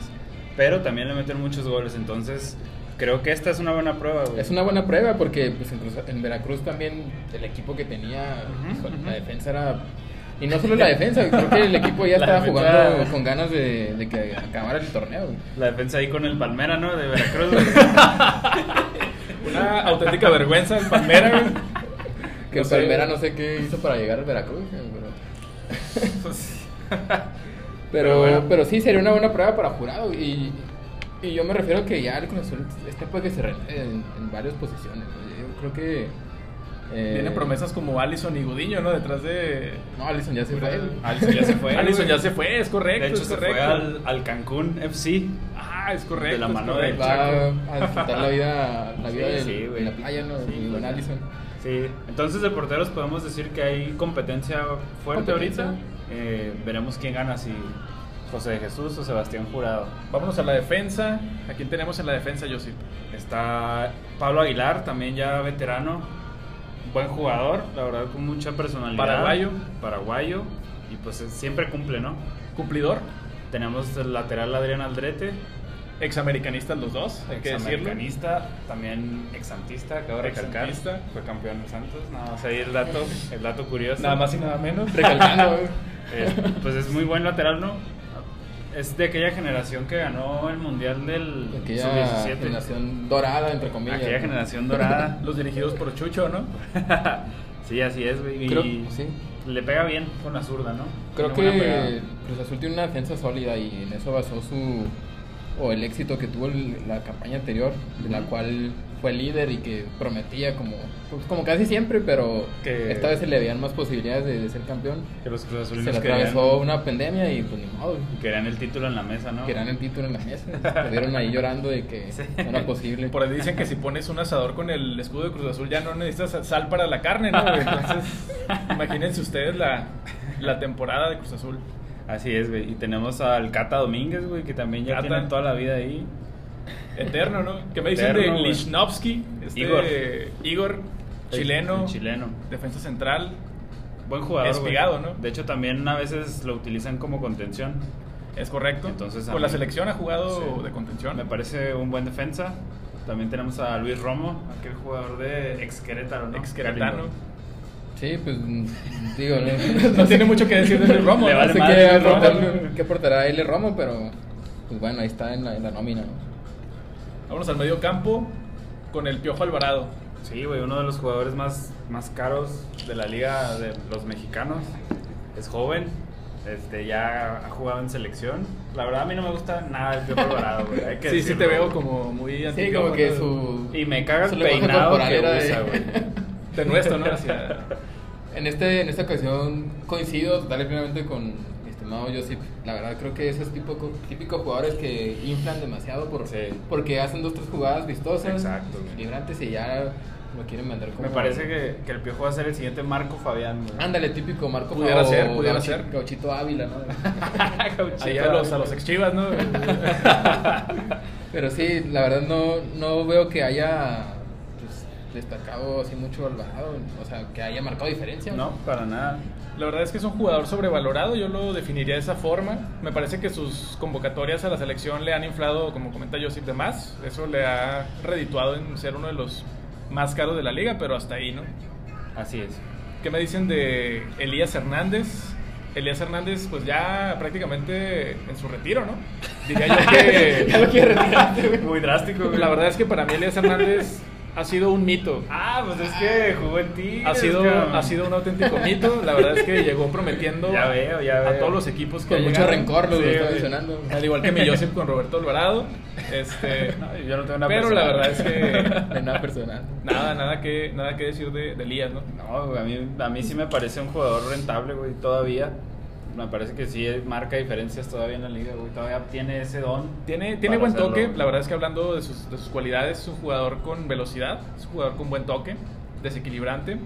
Speaker 2: Pero también le meten muchos goles. Entonces, creo que esta es una buena prueba, güey.
Speaker 3: Es una buena prueba porque pues, en, Cruz- en Veracruz también el equipo que tenía,
Speaker 2: Ujú,
Speaker 3: híjole,
Speaker 2: ujú.
Speaker 3: la defensa era... Y no solo la defensa, creo que el equipo ya
Speaker 2: La
Speaker 3: estaba
Speaker 2: defensa-
Speaker 3: jugando con ganas de, de que acabara el torneo. güey.
Speaker 2: La defensa ahí con el Palmera, ¿no? De Veracruz, güey.
Speaker 1: Una auténtica vergüenza el Palmera. güey.
Speaker 3: Que
Speaker 1: No
Speaker 3: el
Speaker 1: sé.
Speaker 3: Palmera no sé qué hizo para llegar al Veracruz. güey, Pero, pero,
Speaker 2: Pues Pero bueno.
Speaker 3: pero sí, sería una buena prueba para jurado. Y, y yo me refiero que ya el Cruz Azul este puede que se renueve en, en varias posiciones. güey. Yo creo que. eh,
Speaker 1: Tiene promesas como Allison y Gudiño, ¿no? Detrás de.
Speaker 3: No, Alison ya se fue. güey.
Speaker 2: Alisson ya se fue.
Speaker 1: Allison
Speaker 2: güey.
Speaker 1: ya se fue, es correcto.
Speaker 2: De hecho,
Speaker 1: es
Speaker 2: se
Speaker 1: correcto.
Speaker 2: fue al, al Cancún FC.
Speaker 1: Ah, es correcto.
Speaker 2: de la
Speaker 1: es
Speaker 2: mano
Speaker 1: correcto.
Speaker 2: del
Speaker 3: Va a disfrutar la vida, la vida
Speaker 2: Sí,
Speaker 3: del-
Speaker 2: sí, güey.
Speaker 3: en la playa, ¿no?
Speaker 2: Sí,
Speaker 3: con
Speaker 2: güey.
Speaker 3: Alison.
Speaker 2: Sí, entonces de porteros podemos decir que hay competencia fuerte
Speaker 3: Competencia.
Speaker 2: ahorita. Eh, veremos quién gana, si José de Jesús o Sebastián Jurado.
Speaker 1: Vámonos a la defensa. ¿A quién tenemos en la defensa, Josip?
Speaker 2: Está Pablo Aguilar, también ya veterano, buen jugador, la verdad con mucha personalidad.
Speaker 1: Paraguayo.
Speaker 2: Paraguayo, y pues eh, siempre cumple, ¿no?
Speaker 1: Cumplidor.
Speaker 2: Tenemos el lateral Adrián Aldrete,
Speaker 1: Examericanistas los dos, hay que decirlo.
Speaker 2: examericanista, también exantista, acabo de recalcar.
Speaker 1: Exsantista.
Speaker 2: Fue campeón en Santos, nada más ahí el dato, el dato curioso.
Speaker 1: Nada más y nada menos.
Speaker 3: Recalcando, güey.
Speaker 2: Eh, pues es muy buen lateral, ¿no? es de aquella generación que ganó el mundial del
Speaker 3: Aquella
Speaker 2: sub-17.
Speaker 3: generación dorada, entre comillas.
Speaker 2: Aquella
Speaker 3: ¿no?
Speaker 2: generación dorada.
Speaker 1: Los dirigidos por Chucho, ¿no?
Speaker 2: sí, así es, güey.
Speaker 3: Creo-
Speaker 2: Y
Speaker 3: sí.
Speaker 2: le pega bien con la zurda, ¿no?
Speaker 3: Creo
Speaker 2: Tiene buena
Speaker 3: que
Speaker 2: pegada.
Speaker 3: Cruz Azul tiene una defensa sólida y en eso basó su. o el éxito que tuvo el- la campaña anterior, de la cual fue líder y que prometía como. pues, como casi siempre, pero
Speaker 2: Que-
Speaker 3: esta vez se le veían más posibilidades de, de ser campeón.
Speaker 2: Que los Cruz
Speaker 3: Se
Speaker 2: Azulinos
Speaker 3: le
Speaker 2: querían-
Speaker 3: atravesó una pandemia y pues ni modo.
Speaker 2: querían el título en la mesa, ¿no?
Speaker 3: Que eran el título en la mesa. Estuvieron ahí llorando de que
Speaker 2: Sí.
Speaker 3: no era posible.
Speaker 1: Por ahí dicen que si pones un asador con el escudo de Cruz Azul ya no necesitas sal para la carne, ¿no? güey? Entonces, imagínense ustedes la, la temporada de Cruz Azul.
Speaker 2: Así es, güey. Y tenemos al Cata Domínguez, güey, que también ya
Speaker 1: Cata.
Speaker 2: tiene toda la vida ahí.
Speaker 1: Eterno, ¿no? Que me dicen
Speaker 2: Eterno,
Speaker 1: de
Speaker 2: güey.
Speaker 1: Lichnowsky, este
Speaker 2: Igor.
Speaker 1: Igor, chileno,
Speaker 2: El chileno.
Speaker 1: defensa central.
Speaker 2: Buen jugador. güey.
Speaker 1: Espigado, ¿no?
Speaker 2: De hecho, también a veces lo utilizan como contención.
Speaker 1: Es correcto.
Speaker 2: Entonces, a
Speaker 1: Con la
Speaker 2: mí-
Speaker 1: selección ha jugado
Speaker 2: Sí.
Speaker 1: de contención.
Speaker 2: Me parece un buen defensa. También tenemos a Luis Romo, aquel jugador de ex Querétaro, ¿no?
Speaker 1: Ex queretano.
Speaker 3: Sí, pues digo, no,
Speaker 1: No tiene mucho que decir de Luis Romo.
Speaker 2: Le
Speaker 1: ¿no?
Speaker 2: vale
Speaker 3: sé
Speaker 2: madre
Speaker 3: qué,
Speaker 2: el Romo.
Speaker 3: aportar- qué aportará L. Romo, pero pues bueno, ahí está en la, en la nómina. ¿no?
Speaker 1: Vámonos al medio campo con el Piojo Alvarado.
Speaker 2: Sí, güey, uno de los jugadores más, más caros de la liga de los mexicanos. Es joven, este, ya ha jugado en selección. La verdad, a mí no me gusta nada el Piojo Alvarado, güey. hay que
Speaker 1: Sí, sí
Speaker 2: decirlo,
Speaker 1: te veo
Speaker 2: güey.
Speaker 1: como muy
Speaker 3: Sí,
Speaker 1: antipiojo,
Speaker 3: como que
Speaker 1: ¿no?
Speaker 3: su.
Speaker 2: Y me caga el
Speaker 3: su lenguaje
Speaker 2: peinado
Speaker 3: corporal
Speaker 2: que
Speaker 3: era
Speaker 2: usa, güey.
Speaker 1: De nuestro, ¿no? Hacia-
Speaker 3: En, este, en esta ocasión coincido totalmente plenamente con mi estimado Josip. La verdad, creo que esos tipo, típicos jugadores que inflan demasiado por,
Speaker 2: Sí.
Speaker 3: porque hacen dos tres jugadas vistosas,
Speaker 2: Exacto, güey.
Speaker 3: librantes y ya lo quieren mandar como.
Speaker 2: Me parece que, que el Piojo va a ser el siguiente Marco Fabián, güey.
Speaker 3: Ándale, típico Marco
Speaker 1: Pudiera
Speaker 3: Fao,
Speaker 1: ser, pudiera
Speaker 3: Gauchi-
Speaker 1: ser.
Speaker 3: Gauchito Ávila, ¿no?
Speaker 2: Gauchito,
Speaker 1: Ahí a los, a los ex chivas, ¿no?
Speaker 3: Pero sí, la verdad no, no veo que haya pues, destacado así mucho Alvarado, o sea, que haya marcado diferencia.
Speaker 2: No, para nada.
Speaker 1: La verdad es que es un jugador sobrevalorado, yo lo definiría de esa forma. Me parece que sus convocatorias a la selección le han inflado, como comenta Josip, de más. Eso le ha redituado en ser uno de los más caros de la liga, pero hasta ahí, ¿no?
Speaker 2: Así es.
Speaker 1: ¿Qué me dicen de Elías Hernández? Elías Hernández, pues ya prácticamente en su retiro, ¿no? Diría yo
Speaker 3: Ya lo
Speaker 1: que.
Speaker 3: quiere retirar.
Speaker 2: Muy drástico, güey.
Speaker 1: La verdad es que para mí Elías Hernández ha sido un mito.
Speaker 2: Ah, pues es que jugó en ti.
Speaker 1: Ha sido, ha sido un auténtico mito. La verdad es que llegó prometiendo
Speaker 2: Ya veo, ya
Speaker 1: a
Speaker 2: veo.
Speaker 1: todos los equipos que
Speaker 3: Con mucho
Speaker 1: llegaron.
Speaker 3: rencor lo
Speaker 2: Sí,
Speaker 3: está
Speaker 2: güey.
Speaker 3: mencionando.
Speaker 1: Al igual que mi Joseph con Roberto Alvarado. Este,
Speaker 2: No, yo no tengo nada
Speaker 1: Pero la
Speaker 2: personal.
Speaker 1: verdad es
Speaker 3: No
Speaker 1: que
Speaker 3: es nada personal.
Speaker 1: nada, nada que, nada que decir de, de Elías, ¿no?
Speaker 2: No, güey, a mí, a mí sí me parece un jugador rentable, güey, todavía. Me parece que sí marca diferencias todavía en la liga, güey. Todavía tiene ese don.
Speaker 1: Tiene, tiene
Speaker 2: para
Speaker 1: buen
Speaker 2: hacerlo,
Speaker 1: toque,
Speaker 2: güey.
Speaker 1: la verdad es que hablando de sus, de sus cualidades, es un jugador con velocidad, es un jugador con buen toque, desequilibrante.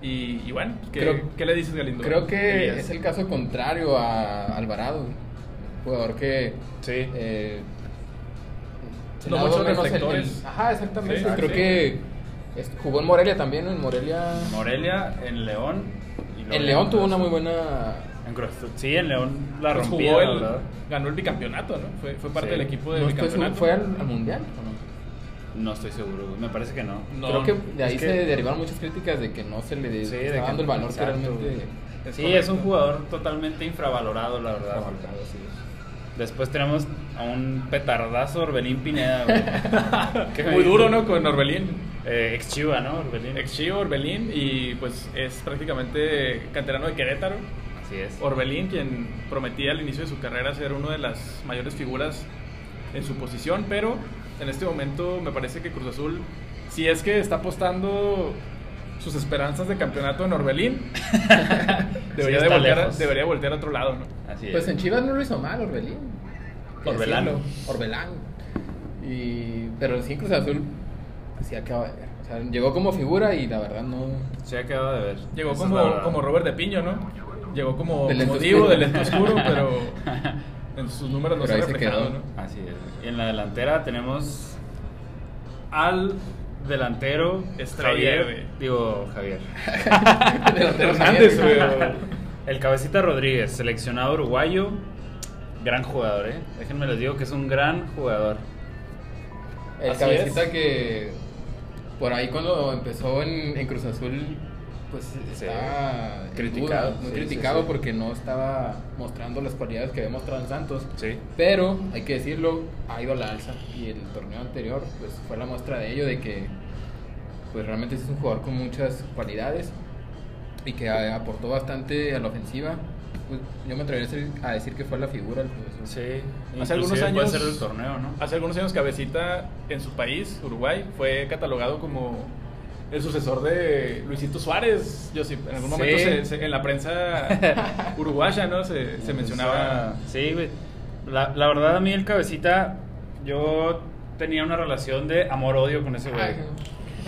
Speaker 1: Y, y bueno, ¿qué,
Speaker 3: Creo-
Speaker 1: qué le dices, Galindo?
Speaker 3: Creo que
Speaker 2: Elías.
Speaker 3: es el caso contrario a Alvarado, jugador que
Speaker 2: Sí.
Speaker 3: eh, se
Speaker 1: No
Speaker 3: lavó
Speaker 1: muchos
Speaker 3: menos el-
Speaker 1: reflectores.
Speaker 3: el- Ajá, exactamente.
Speaker 1: Sí,
Speaker 3: Creo
Speaker 1: sí.
Speaker 3: que es- jugó en Morelia también, en Morelia.
Speaker 2: Morelia, en León. y luego
Speaker 3: En León tuvo
Speaker 2: Cruz
Speaker 3: una muy
Speaker 2: Azul.
Speaker 3: buena
Speaker 2: En Cruz Azul. Sí, en León la
Speaker 1: Pues
Speaker 2: rompió,
Speaker 1: jugó
Speaker 2: la
Speaker 1: el-
Speaker 2: Ah, verdad.
Speaker 1: ganó el bicampeonato, ¿no? Fue, fue parte
Speaker 2: Sí.
Speaker 1: del equipo del
Speaker 3: No estoy seguro,
Speaker 1: bicampeonato.
Speaker 3: ¿Fue al, al mundial o no?
Speaker 2: No estoy seguro, güey. Me parece que no.
Speaker 1: No,
Speaker 3: Creo que de ahí
Speaker 2: es
Speaker 3: se
Speaker 2: que-
Speaker 3: derivaron muchas críticas de que no se le
Speaker 2: Sí, de
Speaker 3: está
Speaker 2: que-
Speaker 3: dando el valor
Speaker 2: exacto,
Speaker 3: que realmente.
Speaker 2: güey.
Speaker 1: Es
Speaker 2: sí,
Speaker 1: correcto.
Speaker 2: es un jugador totalmente infravalorado, la verdad. güey.
Speaker 3: Infravalorado, sí.
Speaker 2: Después tenemos a un petardazo Orbelín Pineda, güey. ¿Qué me
Speaker 1: muy
Speaker 2: dices?
Speaker 1: duro, ¿no? Con Orbelín.
Speaker 2: Eh, ex Chiva, ¿no? Orbelín.
Speaker 1: Ex Chivo, Orbelín, y pues es prácticamente canterano de Querétaro.
Speaker 2: Así es.
Speaker 1: Orbelín, quien prometía al inicio de su carrera ser una de las mayores figuras en su posición, pero en este momento me parece que Cruz Azul, si es que está apostando sus esperanzas de campeonato en Orbelín, debería,
Speaker 2: Sí,
Speaker 1: de
Speaker 2: está
Speaker 1: voltear, a-
Speaker 2: lejos.
Speaker 1: debería voltear a otro lado, ¿no?
Speaker 2: Así es.
Speaker 3: Pues en Chivas no lo hizo mal, Orbelín. Hay que
Speaker 2: Orbelano.
Speaker 3: decirlo, Orbelán. Y, pero sí, Cruz Azul así acaba de ver. O sea, llegó como figura y la verdad no.
Speaker 2: Se ha quedado de ver.
Speaker 1: Llegó
Speaker 2: Esa es la
Speaker 1: como,
Speaker 2: verdad.
Speaker 1: como Robert de Piño, ¿no? Llegó como,
Speaker 3: Del
Speaker 1: como
Speaker 3: lente
Speaker 1: Divo
Speaker 3: oscuro.
Speaker 1: del lente oscuro, pero en sus números no
Speaker 3: Pero
Speaker 1: se ha
Speaker 3: ahí se
Speaker 1: reflejado,
Speaker 3: quedó.
Speaker 1: ¿no?
Speaker 2: Así es. Y en la delantera tenemos al delantero
Speaker 1: Estrella,
Speaker 2: Javier.
Speaker 1: güey.
Speaker 2: Digo, Javier.
Speaker 3: Delantero
Speaker 1: Hernández,
Speaker 3: Javier.
Speaker 1: güey.
Speaker 2: El Cabecita Rodríguez, seleccionado uruguayo. Gran jugador, ¿eh? Déjenme les digo que es un gran jugador.
Speaker 3: El
Speaker 1: Así
Speaker 3: cabecita
Speaker 1: es.
Speaker 3: que por ahí cuando empezó en, en Cruz Azul pues
Speaker 2: Sí.
Speaker 3: está
Speaker 2: Criticado,
Speaker 3: muy
Speaker 2: sí,
Speaker 3: criticado
Speaker 2: sí, sí.
Speaker 3: porque no estaba mostrando las cualidades que había mostrado en Santos.
Speaker 2: Sí.
Speaker 3: Pero, hay que decirlo, ha ido a la alza. Y el torneo anterior pues, fue la muestra de ello, de que pues realmente es un jugador con muchas cualidades y que a- aportó bastante a la ofensiva. Pues, yo me atrevería a decir- a decir que fue la figura. del profesor.
Speaker 2: Sí.
Speaker 1: Hace
Speaker 2: Hace
Speaker 1: algunos
Speaker 2: algunos años. Ah, Puede
Speaker 1: años-
Speaker 2: ser del torneo, ¿no?
Speaker 1: Hace algunos años Cabecita en su país, Uruguay, fue catalogado como el sucesor de Luisito Suárez. Yo sí, en algún
Speaker 2: Sí.
Speaker 1: momento se- se- en la prensa uruguaya, ¿no? Se, se mencionaba...
Speaker 2: Pues Sí, güey. La, la verdad, a mí el cabecita, yo tenía una relación de amor-odio con ese güey.
Speaker 3: Ay,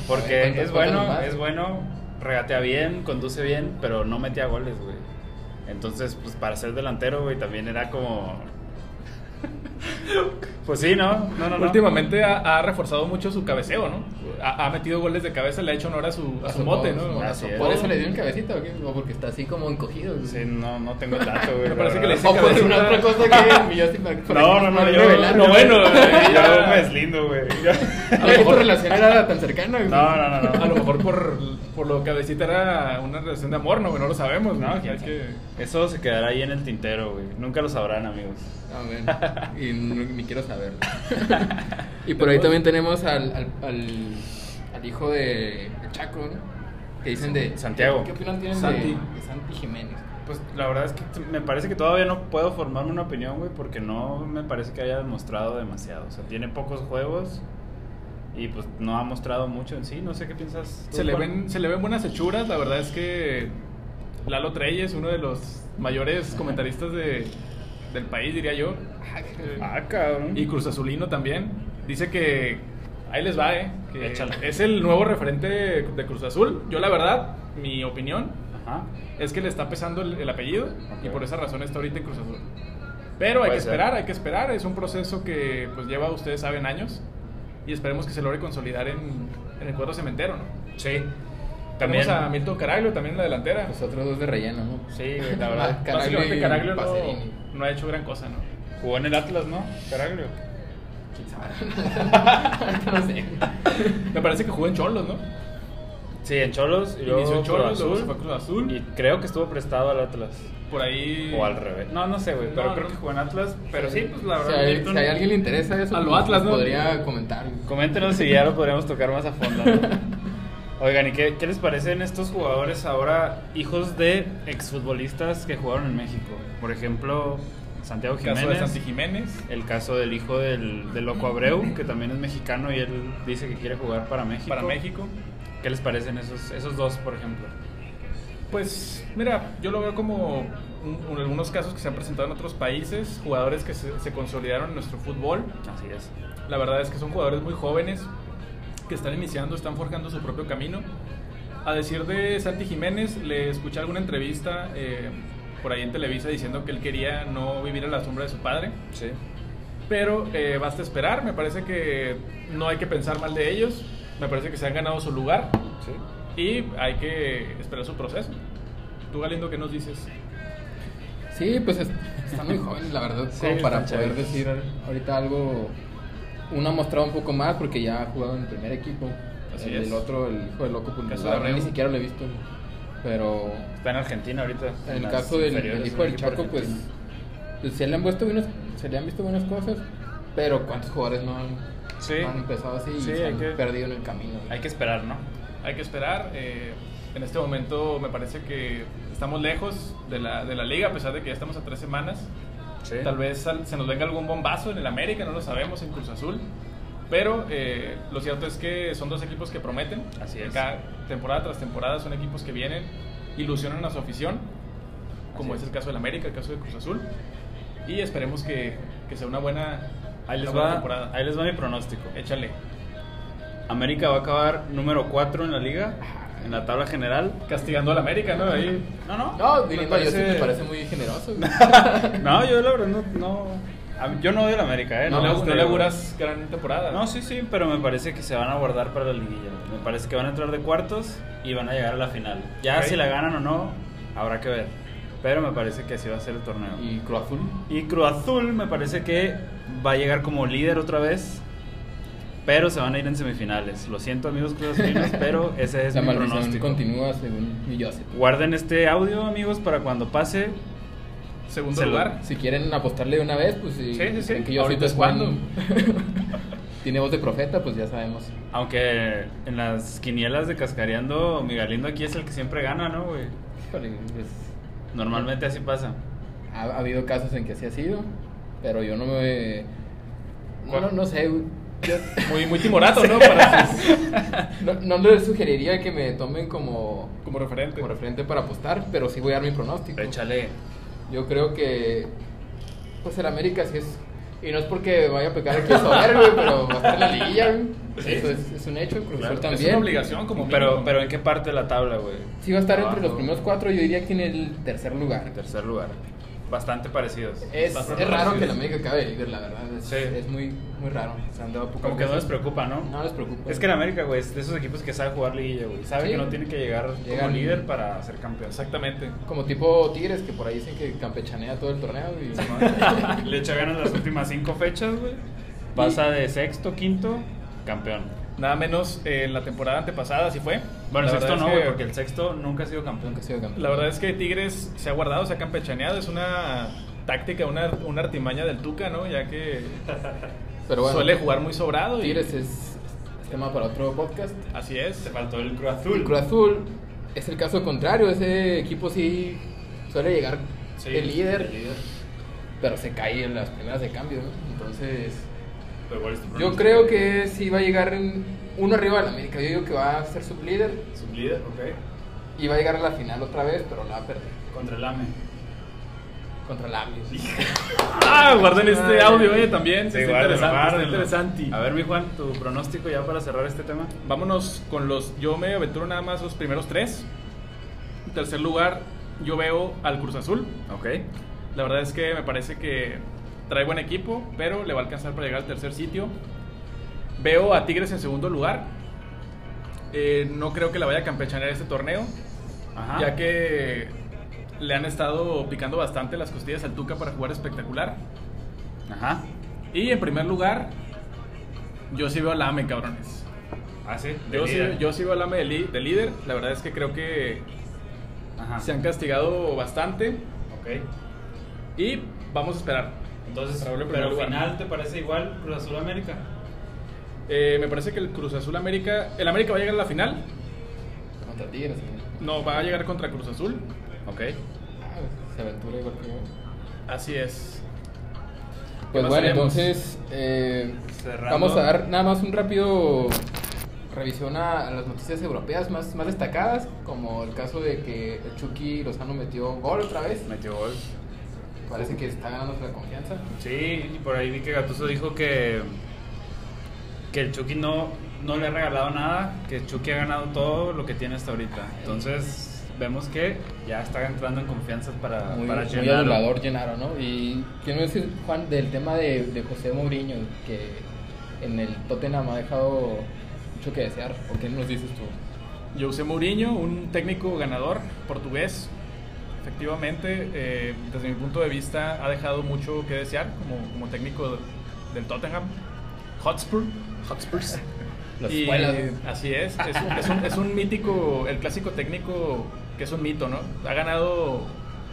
Speaker 2: Porque
Speaker 3: Cuéntanos,
Speaker 2: es bueno,
Speaker 3: cuéntanos más.
Speaker 2: es bueno, regatea bien, conduce bien, pero no metía goles, güey. Entonces, pues para ser delantero, güey, también era como. pues sí, ¿no? No, no, no.
Speaker 1: Últimamente ha, ha reforzado mucho su cabeceo, ¿no? Ha, ha metido goles de cabeza, le ha hecho honor a su, a su mote, ¿no?
Speaker 2: mote.
Speaker 1: A
Speaker 2: Así
Speaker 1: su
Speaker 2: es.
Speaker 3: ¿Por
Speaker 1: apodo.
Speaker 3: eso le dieron cabecita o qué? O porque está así como encogido. güey.
Speaker 2: Sí, no, no tengo el dato, güey.
Speaker 1: Me parece
Speaker 2: la
Speaker 1: que le
Speaker 2: verdad.
Speaker 3: O puede ser una otra cosa que mi Justin para- para-
Speaker 2: No, no, no,
Speaker 3: para
Speaker 2: yo,
Speaker 3: revelar,
Speaker 2: no,
Speaker 3: ¿no?
Speaker 2: bueno, güey, yo
Speaker 1: Ya.
Speaker 2: me deslindo, güey. Yo-
Speaker 3: A lo mejor tu relación era tan cercana. güey.
Speaker 2: No, no, no, no.
Speaker 1: A lo mejor por, por lo que Cabecita era una relación de amor, ¿no? No lo sabemos, ¿no?
Speaker 2: No, quién
Speaker 1: Hay que-
Speaker 2: Eso se quedará ahí en el tintero, güey. Nunca lo sabrán, amigos.
Speaker 3: A ver, Ah, y no- ni quiero saberlo. y por ahí también tenemos al, al, al, al hijo de de Chaco, ¿no? Que dicen de...
Speaker 2: Santiago.
Speaker 3: ¿Qué opinión tienen
Speaker 1: Santi.
Speaker 3: De, de Santi Jiménez?
Speaker 2: Pues la verdad es que t- me parece que todavía no puedo formarme una opinión, güey, porque no me parece que haya demostrado demasiado. O sea, tiene pocos juegos y pues no ha mostrado mucho en sí. No sé qué piensas. tú,
Speaker 1: Se le,
Speaker 2: Juan?
Speaker 1: ven, se le ven buenas hechuras, la verdad es que Lalo Treyes, uno de los mayores comentaristas de, del país, diría yo,
Speaker 2: Ah, cabrón.
Speaker 1: y Cruz Azulino también, dice que ahí les va, ¿eh? que
Speaker 2: Échale.
Speaker 1: es el nuevo referente de Cruz Azul. Yo la verdad, mi opinión
Speaker 2: Ajá.
Speaker 1: es que le está pesando el, el apellido y
Speaker 2: Ok.
Speaker 1: por esa razón está ahorita en Cruz Azul. Pero hay
Speaker 2: Puede
Speaker 1: que
Speaker 2: ser.
Speaker 1: esperar, hay que esperar, es un proceso que pues lleva, ustedes saben, años y esperemos que se logre consolidar en, en el cuadro cementero, ¿no?
Speaker 2: Sí.
Speaker 1: También
Speaker 2: También.
Speaker 1: a Milton Caraglio también en la delantera.
Speaker 3: Los otros dos de relleno, ¿no?
Speaker 2: Sí, güey, la verdad.
Speaker 3: Pues, Caraglio
Speaker 1: Básicamente
Speaker 3: y
Speaker 1: Caraglio
Speaker 3: Pacerini.
Speaker 1: no, no ha hecho gran cosa, ¿no?
Speaker 2: Jugó en el Atlas, ¿no? Caraglio.
Speaker 3: no sé.
Speaker 1: Me parece que jugó en Cholos, ¿no?
Speaker 2: Sí, en Cholos. Y luego
Speaker 1: Inició en Cholos,
Speaker 2: Cruz
Speaker 1: luego se
Speaker 2: Azul.
Speaker 1: fue a Cruz Azul.
Speaker 2: Y creo que estuvo prestado al Atlas.
Speaker 1: por ahí.
Speaker 2: O al revés. No, no sé, güey. Pero
Speaker 1: No,
Speaker 2: creo
Speaker 1: no.
Speaker 2: que jugó en Atlas. Pero sí, pues la
Speaker 3: Si
Speaker 2: verdad.
Speaker 3: hay-
Speaker 2: Milton-
Speaker 3: si a alguien le interesa eso,
Speaker 1: A lo
Speaker 3: pues,
Speaker 1: Atlas, ¿no?
Speaker 3: podría comentar.
Speaker 2: Coméntenos si ya lo podríamos tocar más a fondo. ¿no? Oigan, ¿y qué, qué les parecen estos jugadores ahora, hijos de exfutbolistas que jugaron en México? Por ejemplo, Santiago
Speaker 1: El caso de
Speaker 2: Jiménez.
Speaker 1: Santi Jiménez.
Speaker 2: El caso del hijo del, del Loco Abreu, que también es mexicano y él dice que quiere jugar para México.
Speaker 1: Para México.
Speaker 2: ¿Qué les parecen esos, esos dos, por ejemplo?
Speaker 1: Pues, mira, yo lo veo como un- un- algunos casos que se han presentado en otros países, jugadores que se, se consolidaron en nuestro fútbol.
Speaker 2: Así es.
Speaker 1: La verdad es que son jugadores muy jóvenes que están iniciando, están forjando su propio camino. A decir de Santi Jiménez, le escuché alguna entrevista eh, por ahí en Televisa diciendo que él quería no vivir a la sombra de su padre,
Speaker 2: Sí.
Speaker 1: pero eh, basta esperar, me parece que no hay que pensar mal de ellos, me parece que se han ganado su lugar
Speaker 2: Sí.
Speaker 1: y hay que esperar su proceso. Tú, Galindo, ¿qué nos dices?
Speaker 3: Sí, pues es- están muy jóvenes, la verdad,
Speaker 2: Sí,
Speaker 3: como para
Speaker 2: están
Speaker 3: poder
Speaker 2: chavitos.
Speaker 3: decir ahorita algo. Uno ha mostrado un poco más porque ya ha jugado en el primer equipo.
Speaker 1: Así
Speaker 3: el,
Speaker 1: es.
Speaker 3: del otro, el hijo del loco, pues,
Speaker 1: Caso
Speaker 3: la
Speaker 1: de
Speaker 3: verdad,
Speaker 1: Abreu.
Speaker 3: ni siquiera lo he visto. Pero
Speaker 2: Está en Argentina ahorita.
Speaker 3: en el
Speaker 2: las
Speaker 3: caso del, del
Speaker 2: inferiores,
Speaker 3: hijo
Speaker 2: un
Speaker 3: del
Speaker 2: equipo
Speaker 3: Chaco, pues,
Speaker 2: argentino.
Speaker 3: pues, se, le han visto buenas, se le han visto buenas cosas, pero ¿cuántos jugadores no han,
Speaker 2: Sí.
Speaker 3: no han empezado así y
Speaker 2: Sí,
Speaker 3: se
Speaker 2: hay
Speaker 3: han
Speaker 2: que-
Speaker 3: perdido en el camino?
Speaker 2: Hay que esperar, ¿no?
Speaker 1: Hay que esperar. eh, en este momento me parece que estamos lejos de la, de la liga, a pesar de que ya estamos a tres semanas.
Speaker 2: Sí.
Speaker 1: Tal vez al- se nos venga algún bombazo en el América, no lo sabemos, en Cruz Azul. Pero eh, lo cierto es que son dos equipos que prometen.
Speaker 2: Así es.
Speaker 1: Cada temporada tras temporada son equipos que vienen, ilusionan a su afición, como es.
Speaker 2: Así es.
Speaker 1: el caso del América, el caso de Cruz Azul. Y esperemos que, que sea una buena,
Speaker 2: Ahí les,
Speaker 1: una buena
Speaker 2: va,
Speaker 1: temporada.
Speaker 2: ahí les va mi pronóstico.
Speaker 1: Échale.
Speaker 2: América va a acabar número 4 en la liga, en la tabla general.
Speaker 1: Castigando al América, ¿no? Ahí.
Speaker 2: No, no.
Speaker 3: No,
Speaker 1: Me
Speaker 3: Dylan
Speaker 1: parece-
Speaker 3: Bayossi me parece muy generoso. güey.
Speaker 2: No, yo la verdad no. no a mí- yo no odio al América, ¿eh?
Speaker 1: No, le,
Speaker 2: me
Speaker 1: no le
Speaker 2: gusta.
Speaker 1: auguras gran temporada.
Speaker 2: No, sí, sí, pero me parece que se van a guardar para la liguilla. Me parece que van a entrar de cuartos y van a llegar a la final. Ya
Speaker 1: Ok.
Speaker 2: si la ganan o no, habrá que ver. Pero me parece que así va a ser el torneo.
Speaker 3: y Cruz Azul.
Speaker 2: Y Cruz Azul me parece que va a llegar como líder otra vez. Pero se van a ir en semifinales. Lo siento, amigos Cruz Azulinos, pero ese es
Speaker 3: La
Speaker 2: mi
Speaker 3: maldición
Speaker 2: pronóstico.
Speaker 3: continúa según Millose.
Speaker 2: Guarden este audio, amigos, para cuando pase.
Speaker 1: Segundo
Speaker 2: Se lo-
Speaker 1: lugar.
Speaker 3: Si quieren apostarle de una vez, pues si
Speaker 1: Sí, sí, sí.
Speaker 3: creen que yo
Speaker 1: Ahorita
Speaker 3: soy
Speaker 1: es
Speaker 3: cuando tiene voz de profeta, pues ya sabemos.
Speaker 2: Aunque en las quinielas de Cascareando, mi Galindo aquí es el que siempre gana, ¿no, güey?
Speaker 3: Híjole, pues,
Speaker 2: Normalmente así pasa.
Speaker 3: ha, ha habido casos en que así ha sido, pero yo no me no,
Speaker 1: ¿Cuál?
Speaker 3: no, no sé, güey. Yo-
Speaker 1: Muy, muy timorato, ¿no? Para sus-
Speaker 3: no, no les sugeriría que me tomen como
Speaker 1: como referente.
Speaker 3: como referente para apostar, pero sí voy a dar mi pronóstico.
Speaker 2: Échale.
Speaker 3: Yo creo que. Pues el América sí es. Y no es porque vaya a pecar aquí a soberbio, güey, pero va a estar en la liguilla, güey.
Speaker 2: Sí.
Speaker 3: Eso es, es un hecho. el Cruz
Speaker 2: Claro,
Speaker 3: Azul
Speaker 2: es
Speaker 1: Es
Speaker 3: también.
Speaker 1: una obligación como
Speaker 2: Pero,
Speaker 1: mínimo.
Speaker 2: pero ¿en qué parte de la tabla, güey?
Speaker 3: Sí, va a estar entre
Speaker 2: Abajo.
Speaker 3: los primeros cuatro, yo diría que en el tercer lugar.
Speaker 2: En tercer lugar. Bastante parecidos.
Speaker 3: Es,
Speaker 1: Bastante
Speaker 3: es raro
Speaker 1: parecido.
Speaker 3: que el América acabe de líder, la verdad. Es,
Speaker 2: Sí.
Speaker 3: es muy, muy raro. Se han dado pocas
Speaker 2: Como que no les
Speaker 3: veces.
Speaker 2: preocupa, ¿no?
Speaker 3: No les preocupa.
Speaker 2: Es que el América, güey, es de esos equipos que sabe jugar liguilla, güey. Sabe
Speaker 3: Sí.
Speaker 2: que no tiene que llegar
Speaker 3: Llegan-
Speaker 2: como líder para ser campeón.
Speaker 1: Exactamente.
Speaker 3: Como tipo Tigres, que por ahí dicen que campechanea todo el torneo. Y...
Speaker 2: Le echa ganas las últimas cinco fechas, güey. Pasa de sexto, quinto, campeón.
Speaker 1: Nada menos eh, en la temporada antepasada, así fue.
Speaker 2: Bueno,
Speaker 1: La
Speaker 2: sexto
Speaker 1: verdad
Speaker 2: no,
Speaker 1: es
Speaker 2: güey,
Speaker 1: que-
Speaker 2: porque el sexto nunca ha sido campeón.
Speaker 3: Nunca ha sido campeón.
Speaker 1: La verdad es que Tigres se ha guardado, se ha campechaneado. Es una táctica, una, una artimaña del Tuca, ¿no? Ya que
Speaker 3: Pero bueno,
Speaker 1: suele jugar muy sobrado. Y...
Speaker 3: Tigres es, es tema para otro podcast.
Speaker 1: Así es.
Speaker 2: faltó el Cruz
Speaker 3: El
Speaker 2: Azul.
Speaker 3: Cruz Azul es el caso contrario, ese equipo sí suele llegar
Speaker 2: Sí,
Speaker 3: el, líder,
Speaker 2: el líder.
Speaker 3: pero se cae en las primeras de cambio, ¿no? Entonces,
Speaker 2: Pero ¿cuál es tu
Speaker 3: yo
Speaker 2: pronóstico?
Speaker 3: creo que sí va a llegar en- uno arriba de la América, yo digo que va a ser sublíder
Speaker 2: Sublíder, ok.
Speaker 3: y va a llegar a la final otra vez, pero la va a perder
Speaker 2: Contra el AME.
Speaker 3: contra la AMI.
Speaker 1: Ah, guarden este
Speaker 2: Ay.
Speaker 1: audio, oye, también.
Speaker 2: Sí,
Speaker 1: está interesante.
Speaker 2: guárdenlo,
Speaker 1: está
Speaker 2: guárdenlo.
Speaker 1: interesante.
Speaker 2: A ver, mi Juan, tu pronóstico ya para cerrar este tema.
Speaker 1: Vámonos con los. Yo me aventuro nada más los primeros tres. En tercer lugar, yo veo al Cruz Azul.
Speaker 2: Ok.
Speaker 1: La verdad es que me parece que trae buen equipo, pero le va a alcanzar para llegar al tercer sitio. Veo a Tigres en segundo lugar. Eh, no creo que la vaya a campechanear este torneo,
Speaker 2: Ajá.
Speaker 1: ya que le han estado picando bastante las costillas al Tuca para jugar espectacular.
Speaker 2: Ajá.
Speaker 1: Y en primer lugar, yo sí veo al AME, cabrones.
Speaker 2: Ah, sí.
Speaker 1: Yo sí, yo sí veo al AME de, li- de líder. La verdad es que creo que
Speaker 2: Ajá.
Speaker 1: se han castigado bastante.
Speaker 2: Ok.
Speaker 1: Y vamos a esperar.
Speaker 2: Entonces,
Speaker 1: Raúl en primer
Speaker 2: pero al
Speaker 1: lugar.
Speaker 2: final te parece igual Cruz Azul América.
Speaker 1: Eh, me parece que el Cruz Azul América. El América va a llegar a la final.
Speaker 3: Contra Tigres.
Speaker 1: No, va a llegar contra Cruz Azul.
Speaker 2: Ok.
Speaker 3: Ah, se aventura igual que yo.
Speaker 1: Así es.
Speaker 3: Pues
Speaker 1: más
Speaker 3: bueno,
Speaker 1: tenemos?
Speaker 3: entonces eh,
Speaker 2: Cerrando.
Speaker 3: vamos a dar nada más un rápido revisión a, a las noticias europeas más, más destacadas, como el caso de que el Chucky Lozano metió gol otra vez.
Speaker 2: Metió gol.
Speaker 3: Parece que está ganándose la confianza.
Speaker 2: Sí, y por ahí vi que Gatuso dijo que, que el Chucky no, no le ha regalado nada, que el Chucky ha ganado todo lo que tiene hasta ahorita. Entonces, vemos que ya está entrando en confianza para,
Speaker 3: Muy,
Speaker 2: para
Speaker 3: muy
Speaker 2: Gennaro.
Speaker 3: adulador Gennaro, ¿no? Y quiero decir, Juan, del tema de, de José Mourinho, que en el Tottenham ha dejado mucho que desear. ¿O qué nos dices tú?
Speaker 1: José Mourinho, un técnico ganador portugués. Efectivamente, eh, desde mi punto de vista, ha dejado mucho que desear como, como técnico de- del Tottenham. Hotspur. Hotspurs.
Speaker 3: Las
Speaker 1: Y
Speaker 3: escuelas.
Speaker 1: así es. Es un, es un- es un mítico, el clásico técnico que es un mito, ¿no? Ha ganado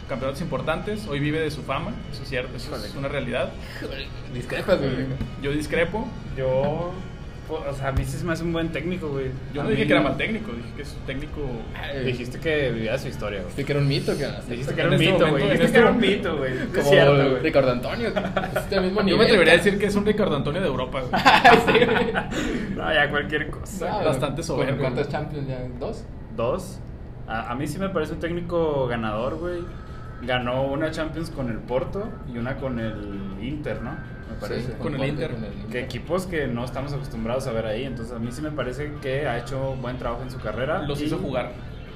Speaker 1: campeonatos importantes, hoy vive de su fama, eso es cierto, eso es
Speaker 2: Híjole.
Speaker 1: una realidad.
Speaker 3: Discrepas, güey.
Speaker 1: Yo discrepo,
Speaker 2: Yo, pues, o sea, a mí sí se me hace un buen técnico, güey.
Speaker 1: yo
Speaker 2: A
Speaker 1: no dije
Speaker 2: mí-
Speaker 1: que era mal técnico, dije que es un técnico...
Speaker 2: Dijiste que vivía su historia, güey.
Speaker 3: Dijiste que era un mito que ganaste.
Speaker 2: Dijiste que
Speaker 1: En
Speaker 2: era un
Speaker 1: este
Speaker 2: mito,
Speaker 1: momento-
Speaker 2: güey.
Speaker 1: en
Speaker 2: Dijiste
Speaker 1: este
Speaker 2: que era un
Speaker 1: momento-
Speaker 2: mito, güey. Es
Speaker 3: Como
Speaker 2: cierto, güey.
Speaker 3: Ricardo Antonio. que Es del mismo nivel.
Speaker 1: Yo me atrevería a decir que es un Ricardo Antonio de Europa, güey.
Speaker 2: No, ya cualquier cosa.
Speaker 1: Ah, bastante soberbio,
Speaker 3: ¿Con ¿Cuántas
Speaker 1: güey.
Speaker 3: Champions ya? ¿Dos?
Speaker 2: Dos. A, a mí sí me parece un técnico ganador, güey. Ganó una Champions con el Porto y una con el Inter, ¿no? Me parece.
Speaker 1: con el
Speaker 3: Porto y
Speaker 1: Inter.
Speaker 3: con
Speaker 2: Que equipos que no estamos acostumbrados a ver ahí. Entonces a mí sí me parece que ha hecho buen trabajo en su carrera.
Speaker 1: Los
Speaker 2: y-
Speaker 1: hizo jugar.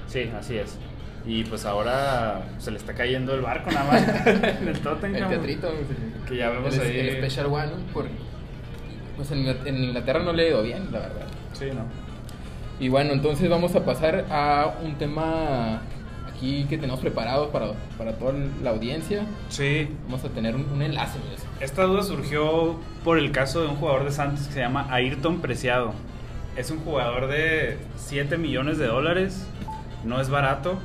Speaker 2: Sí, así es. Y pues ahora se le está cayendo el barco nada más en el Tottenham.
Speaker 3: El teatrito.
Speaker 2: Que ya vemos
Speaker 3: el,
Speaker 2: ahí.
Speaker 3: El Special One, ¿no? Por- pues en, Ingl- en Inglaterra no le ha ido bien, la verdad.
Speaker 2: Sí, no.
Speaker 3: Y bueno, entonces vamos a pasar a un tema aquí aquí que tenemos preparados para, para toda la audiencia.
Speaker 2: Sí.
Speaker 3: Vamos a tener un, un enlace. güey.
Speaker 2: Esta duda surgió por el caso de un jugador de Santos que se llama Ayrton Preciado. Es un jugador de 7 millones de dólares, no es barato.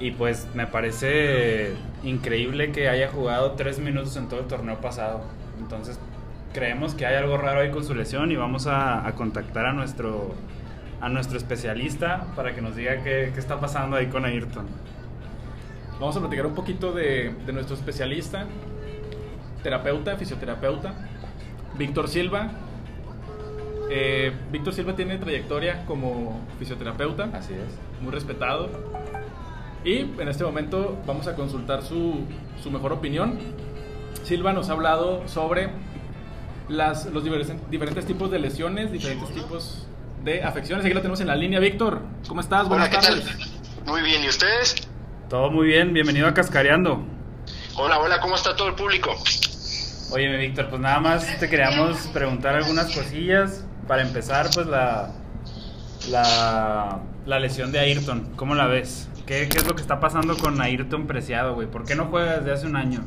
Speaker 2: Y pues me parece increíble que haya jugado 3 minutos en todo el torneo pasado. Entonces creemos que hay algo raro ahí con su lesión y vamos a, a contactar a nuestro, a nuestro especialista para que nos diga qué, qué está pasando ahí con Ayrton.
Speaker 1: Vamos a platicar un poquito de, de nuestro especialista, terapeuta, fisioterapeuta, Víctor Silva. Eh, Víctor Silva tiene trayectoria como fisioterapeuta,
Speaker 4: Así es.
Speaker 1: muy respetado. Y en este momento vamos a consultar su, su mejor opinión. Silva nos ha hablado sobre las, los diversen- diferentes tipos de lesiones, diferentes tipos de afecciones. Aquí lo tenemos en la línea, Víctor. ¿Cómo estás?
Speaker 5: Hola,
Speaker 1: Buenas
Speaker 5: ¿qué tal?
Speaker 1: tardes.
Speaker 5: Muy bien, ¿y ustedes?
Speaker 2: Todo muy bien, bienvenido a Cascareando.
Speaker 5: Hola, hola, ¿cómo está todo el público?
Speaker 2: Oye, mi Víctor, pues nada más te queríamos preguntar algunas cosillas. Para empezar, pues la, la, la lesión de Ayrton, ¿cómo la ves? ¿Qué, qué es lo que está pasando con Ayrton Preciado, güey? ¿Por qué no juega desde hace un año?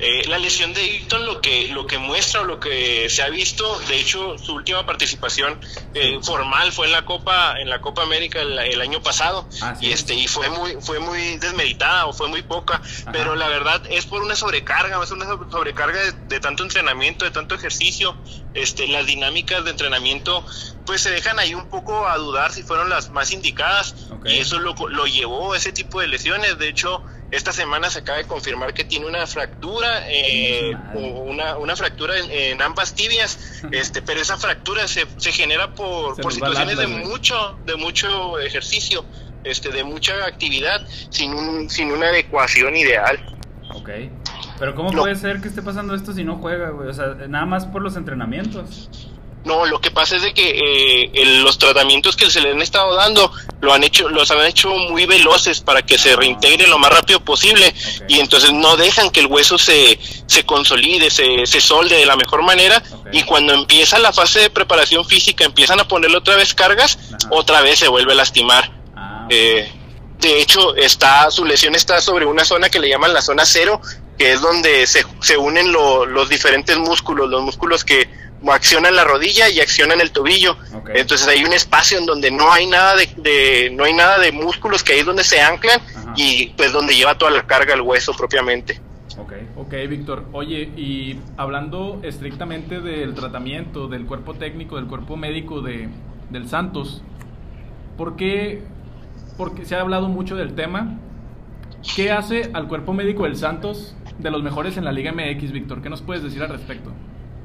Speaker 5: Eh, la lesión de Hilton lo que, lo que muestra o lo que se ha visto, de hecho, su última participación eh, formal fue en la Copa, en la Copa América el, el año pasado,
Speaker 2: Así
Speaker 5: y
Speaker 2: es.
Speaker 5: este, y fue muy, fue muy desmeritada o fue muy poca, pero la verdad es por una sobrecarga, es una sobre- sobrecarga de, de tanto entrenamiento, de tanto ejercicio, este, las dinámicas de entrenamiento, pues se dejan ahí un poco a dudar si fueron las más indicadas,
Speaker 2: Ok.
Speaker 5: y eso lo, lo llevó a ese tipo de lesiones, de hecho, esta semana se acaba de confirmar que tiene una fractura, eh,
Speaker 2: Madre.
Speaker 5: o una, una fractura en, en ambas tibias, este, pero esa fractura se, se genera por,
Speaker 1: Se
Speaker 5: por
Speaker 1: nos va el
Speaker 5: situaciones de
Speaker 1: Atlas, güey.
Speaker 5: mucho, de mucho ejercicio, este, de mucha actividad, sin, un, sin una adecuación ideal.
Speaker 2: Ok. Pero ¿cómo
Speaker 5: No.
Speaker 2: puede ser que esté pasando esto si no juega, güey? O sea, nada más por los entrenamientos.
Speaker 5: No, lo que pasa es de que eh, el- los tratamientos que se le han estado dando lo han hecho, los han hecho muy veloces para que se reintegre lo más rápido posible
Speaker 2: Ok.
Speaker 5: y entonces no dejan que el hueso se, se consolide, se, se solde de la mejor manera
Speaker 2: Ok.
Speaker 5: y cuando empieza la fase de preparación física empiezan a ponerle otra vez cargas,
Speaker 2: Ajá.
Speaker 5: otra vez se vuelve a lastimar.
Speaker 2: Ah, ok.
Speaker 5: Eh, de hecho, está su lesión está sobre una zona que le llaman la zona cero, que es donde se, se unen lo- los diferentes músculos, los músculos que accionan la rodilla y accionan el tobillo.
Speaker 2: Ok.
Speaker 5: Entonces hay un espacio en donde no hay nada de, de- no hay nada de músculos que ahí es donde se anclan
Speaker 2: Ajá.
Speaker 5: y pues donde lleva toda la carga el hueso propiamente.
Speaker 2: ok.
Speaker 1: Ok, Víctor. Oye, y hablando estrictamente del tratamiento, del cuerpo técnico, del cuerpo médico de, del Santos, ¿por qué? Porque se ha hablado mucho del tema. ¿Qué hace al cuerpo médico del Santos de los mejores en la Liga MX, Víctor? ¿Qué nos puedes decir al respecto?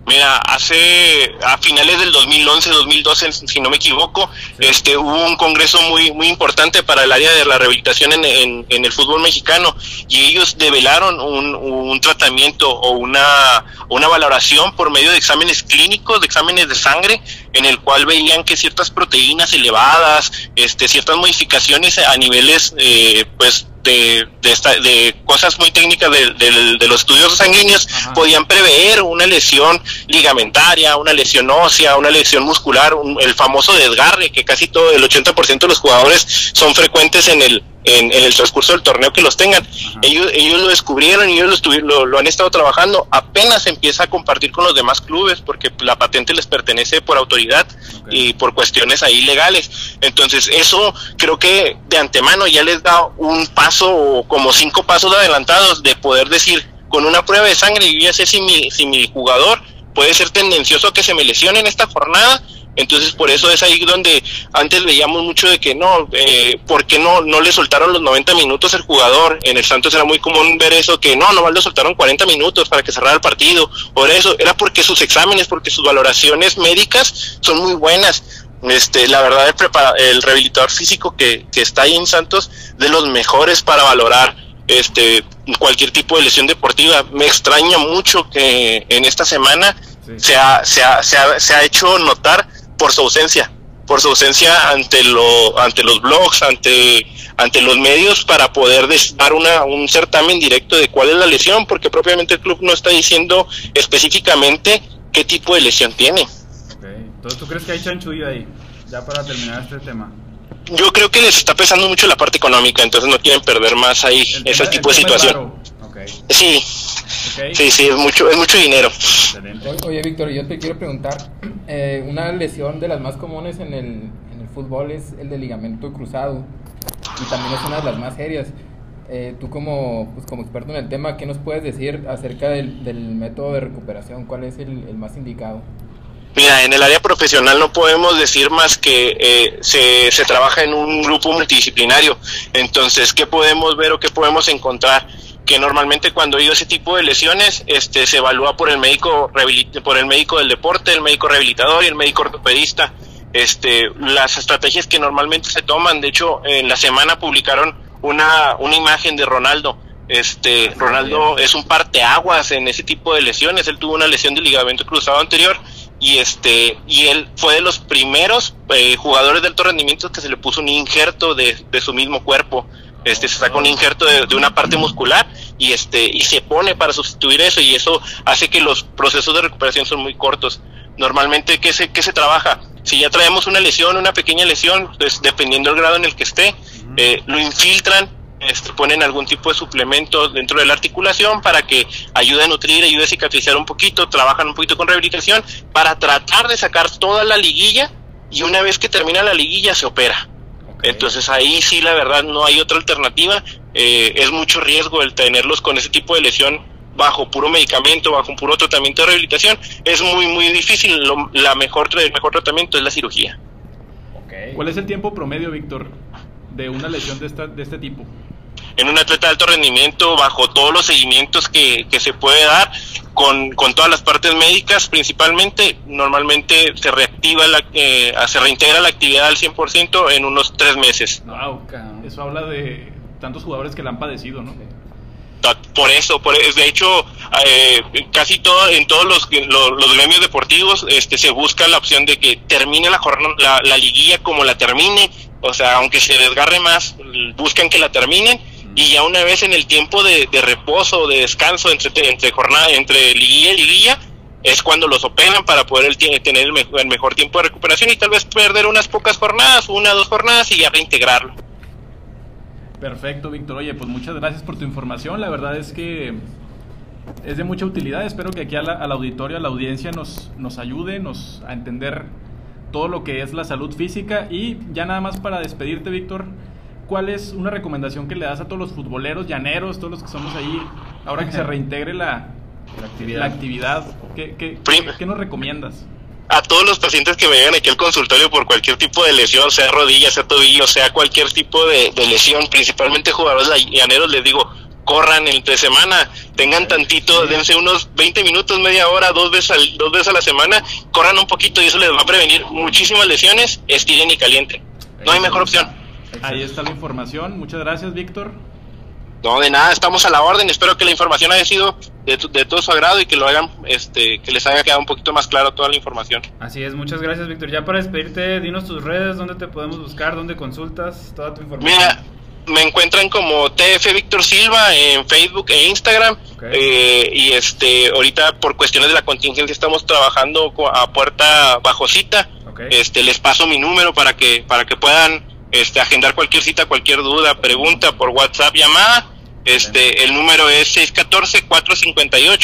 Speaker 5: Mira, hace a finales del 2011, 2012, si no me equivoco, este hubo un congreso muy muy importante para el área de la rehabilitación en, en- en el fútbol mexicano y ellos develaron un, un tratamiento o una una valoración por medio de exámenes clínicos, de exámenes de sangre, en el cual veían que ciertas proteínas elevadas, este ciertas modificaciones a niveles eh, pues de, de, esta- de cosas muy técnicas de, del- de los estudios sanguíneos
Speaker 1: Ajá.
Speaker 5: podían prever una lesión ligamentaria, una lesión ósea, una lesión muscular, un- el famoso desgarre que casi todo el 80% de los jugadores son frecuentes en el en, en el transcurso del torneo que los tengan. Ellos ellos lo descubrieron y ellos lo, estuvi- lo, lo han estado trabajando. Apenas empieza a compartir con los demás clubes porque la patente les pertenece por autoridad
Speaker 2: Ok.
Speaker 5: y por cuestiones ahí legales. Entonces, eso creo que de antemano ya les da un paso o como cinco pasos adelantados de poder decir, con una prueba de sangre, yo ya sé si mi, si mi jugador puede ser tendencioso a que se me lesione en esta jornada. Entonces, por eso es ahí donde antes veíamos mucho de que no, eh, ¿por qué no, no le soltaron los 90 minutos al jugador? En el Santos era muy común ver eso, que no, nomás le soltaron 40 minutos para que cerrara el partido. Por eso, era porque sus exámenes, porque sus valoraciones médicas son muy buenas. Este, la verdad, el, prepara- el rehabilitador físico que, que está ahí en Santos, de los mejores para valorar este cualquier tipo de lesión deportiva. Me extraña mucho que en esta semana se, ha, se, ha, se, ha, se ha hecho notar por su ausencia, por su ausencia ante, lo, ante los blogs, ante, ante los medios para poder des- dar una, un certamen directo de cuál es la lesión, porque propiamente el club no está diciendo específicamente qué tipo de lesión tiene.
Speaker 2: Ok. Entonces, ¿tú crees que hay chanchullo ahí? Ya para terminar este tema.
Speaker 5: yo creo que les está pesando mucho la parte económica, entonces no quieren perder más ahí
Speaker 1: El
Speaker 5: ese
Speaker 1: tema-
Speaker 5: tipo de
Speaker 1: el tema es
Speaker 5: situación.
Speaker 2: Ok,
Speaker 5: Sí,
Speaker 1: raro, ¿ok?
Speaker 5: sí, sí, es mucho, es mucho dinero.
Speaker 2: excelente.
Speaker 3: O- Oye, Víctor, yo te quiero preguntar, eh, una lesión de las más comunes en el, en el fútbol es el de ligamento cruzado y también es una de las más serias. Eh, tú como, pues, como experto en el tema, ¿qué nos puedes decir acerca del, del método de recuperación? ¿Cuál es el, el más indicado?
Speaker 5: Mira, en el área profesional no podemos decir más que eh, se, se trabaja en un grupo multidisciplinario. Entonces, ¿qué podemos ver o qué podemos encontrar? Que normalmente cuando hay ese tipo de lesiones, este, se evalúa por el médico rehabilit- por el médico del deporte, el médico rehabilitador y el médico ortopedista. Este, las estrategias que normalmente se toman. De hecho, en la semana publicaron una una imagen de Ronaldo. Este, Ronaldo es un parteaguas en ese tipo de lesiones. Él tuvo una lesión de ligamento cruzado anterior y este y él fue de los primeros eh, jugadores de alto rendimiento que se le puso un injerto de, de su mismo cuerpo este se saca un injerto de, de una parte muscular y este y se pone para sustituir eso y eso hace que los procesos de recuperación son muy cortos normalmente qué se qué se trabaja si ya traemos una lesión una pequeña lesión pues, dependiendo del grado en el que esté eh, lo infiltran este, ponen algún tipo de suplemento dentro de la articulación para que ayude a nutrir, ayude a cicatrizar un poquito, trabajan un poquito con rehabilitación para tratar de sacar toda la liguilla y una vez que termina la liguilla se opera. Entonces ahí sí la verdad no hay otra alternativa, Eh, es mucho riesgo el tenerlos con ese tipo de lesión bajo puro medicamento, bajo un puro tratamiento de rehabilitación, es muy muy difícil, Lo- la mejor, el mejor tratamiento es la cirugía.
Speaker 2: Ok.
Speaker 1: ¿Cuál es el tiempo promedio, Víctor, de una lesión de, esta, de este tipo?
Speaker 5: en un atleta de alto rendimiento bajo todos los seguimientos que, que se puede dar con, con todas las partes médicas principalmente normalmente se reactiva la eh, se reintegra la actividad al 100% en unos tres meses
Speaker 1: Wow,
Speaker 2: cabrón.
Speaker 1: eso habla de tantos jugadores que la han padecido, ¿no?
Speaker 5: Ta- por eso por, e, de hecho eh, casi todo en todos los, lo- los gremios deportivos este se busca la opción de que termine la jornada la, la liguilla como la termine o sea aunque se desgarre más l- buscan que la terminen y ya una vez en el tiempo de, de reposo de descanso entre entre jornada entre liguilla y liguilla es cuando los operan para poder el tie- tener el, me- el mejor tiempo de recuperación y tal vez perder unas pocas jornadas una dos jornadas y ya reintegrarlo
Speaker 1: Perfecto, Víctor. Oye, pues muchas gracias por tu información. La verdad es que es de mucha utilidad. Espero que aquí a la- al auditorio, a la audiencia, nos, nos ayude nos, a entender todo lo que es la salud física. Y ya nada más para despedirte, Víctor, ¿cuál es una recomendación que le das a todos los futboleros, llaneros, todos los que somos ahí, ahora que se reintegre la,
Speaker 2: La actividad.
Speaker 1: la actividad? ¿Qué, qué,
Speaker 5: Prim-
Speaker 1: qué- qué nos recomiendas?
Speaker 5: a todos los pacientes que me llegan aquí al consultorio por cualquier tipo de lesión, sea rodilla, sea tobillo, sea cualquier tipo de, de lesión, principalmente jugadores la- llaneros, les digo, corran entre semana, tengan tantito, dense unos 20 minutos, media hora, dos veces, al- dos veces a la semana, corran un poquito y eso les va a prevenir muchísimas lesiones, estiren y calienten. No hay mejor opción.
Speaker 1: Ahí está la información. Muchas gracias, Víctor.
Speaker 5: No, de nada, estamos a la orden. Espero que la información haya sido de, tu- de todo su agrado y que lo hagan, este, que les haya quedado un poquito más claro toda la información.
Speaker 6: Así es, muchas gracias, Víctor. Ya para despedirte, dinos tus redes, dónde te podemos buscar, dónde consultas, toda tu información.
Speaker 5: Mira, me encuentran como TF Víctor Silva en Facebook e Instagram.
Speaker 6: Ok.
Speaker 5: eh, y este, ahorita por cuestiones de la contingencia estamos trabajando co- a puerta bajo cita.
Speaker 6: Ok.
Speaker 5: Este, les paso mi número para que para que puedan este, agendar cualquier cita, cualquier duda, pregunta por WhatsApp, llamada. Este, el número es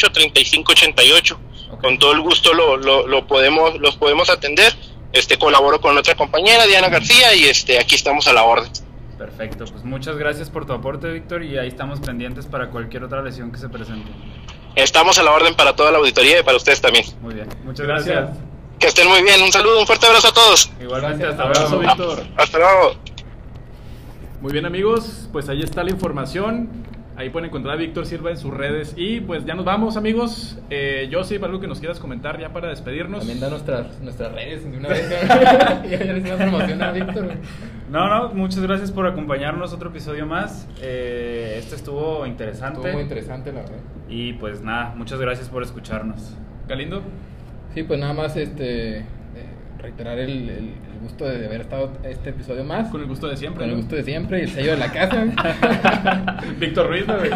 Speaker 5: 614-458-3588.
Speaker 6: Ok.
Speaker 5: Con todo el gusto lo, lo, lo podemos los podemos atender. Este, colaboro con otra compañera, Diana García, y este, aquí estamos a la orden.
Speaker 6: Perfecto, pues muchas gracias por tu aporte, Víctor, y ahí estamos pendientes para cualquier otra lesión que se presente.
Speaker 5: Estamos a la orden para toda la auditoría y para ustedes también.
Speaker 6: Muy bien, muchas gracias.
Speaker 5: Que estén muy bien. Un saludo, un fuerte abrazo a todos.
Speaker 6: Igualmente,
Speaker 1: Gracias.
Speaker 6: hasta
Speaker 1: Abrazo,
Speaker 6: luego.
Speaker 1: Víctor.
Speaker 5: Hasta luego.
Speaker 1: Muy bien amigos, pues ahí está la información. Ahí pueden encontrar a Víctor Silva en sus redes. Y pues ya nos vamos amigos. Eh, José, algo que nos quieras comentar ya para despedirnos.
Speaker 3: También da nuestras, nuestras redes de una vez. ya ya le hicimos promoción a Víctor. güey.
Speaker 6: No, no, muchas gracias por acompañarnos otro episodio más. Eh, este estuvo interesante.
Speaker 3: Estuvo muy interesante, la verdad.
Speaker 6: Y pues nada, muchas gracias por escucharnos.
Speaker 1: Galindo.
Speaker 3: Sí, pues nada más este eh, reiterar el, el- el gusto de haber estado este episodio más.
Speaker 1: Con el gusto de siempre.
Speaker 3: Con el
Speaker 1: ¿no?
Speaker 3: gusto de siempre y el sello de la casa.
Speaker 1: Víctor Ruiz, ¿no, güey?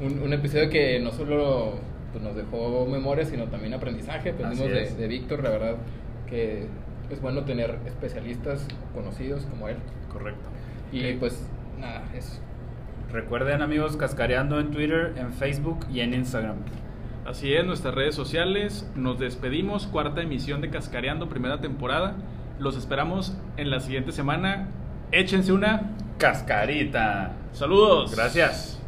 Speaker 3: un, un episodio que no solo pues, nos dejó memorias, sino también aprendizaje. Aprendimos
Speaker 6: Así
Speaker 3: de,
Speaker 6: es.
Speaker 3: de Víctor, la verdad, que es bueno tener especialistas conocidos como él.
Speaker 2: Correcto.
Speaker 3: Y
Speaker 1: Ok.
Speaker 3: pues nada, es
Speaker 6: Recuerden amigos, cascareando en Twitter, en Facebook y en Instagram.
Speaker 1: Así es, nuestras redes sociales. Nos despedimos. Cuarta emisión de Cascareando, primera temporada. Los esperamos en la siguiente semana. Échense una.
Speaker 2: Cascarita.
Speaker 1: Saludos.
Speaker 2: Gracias.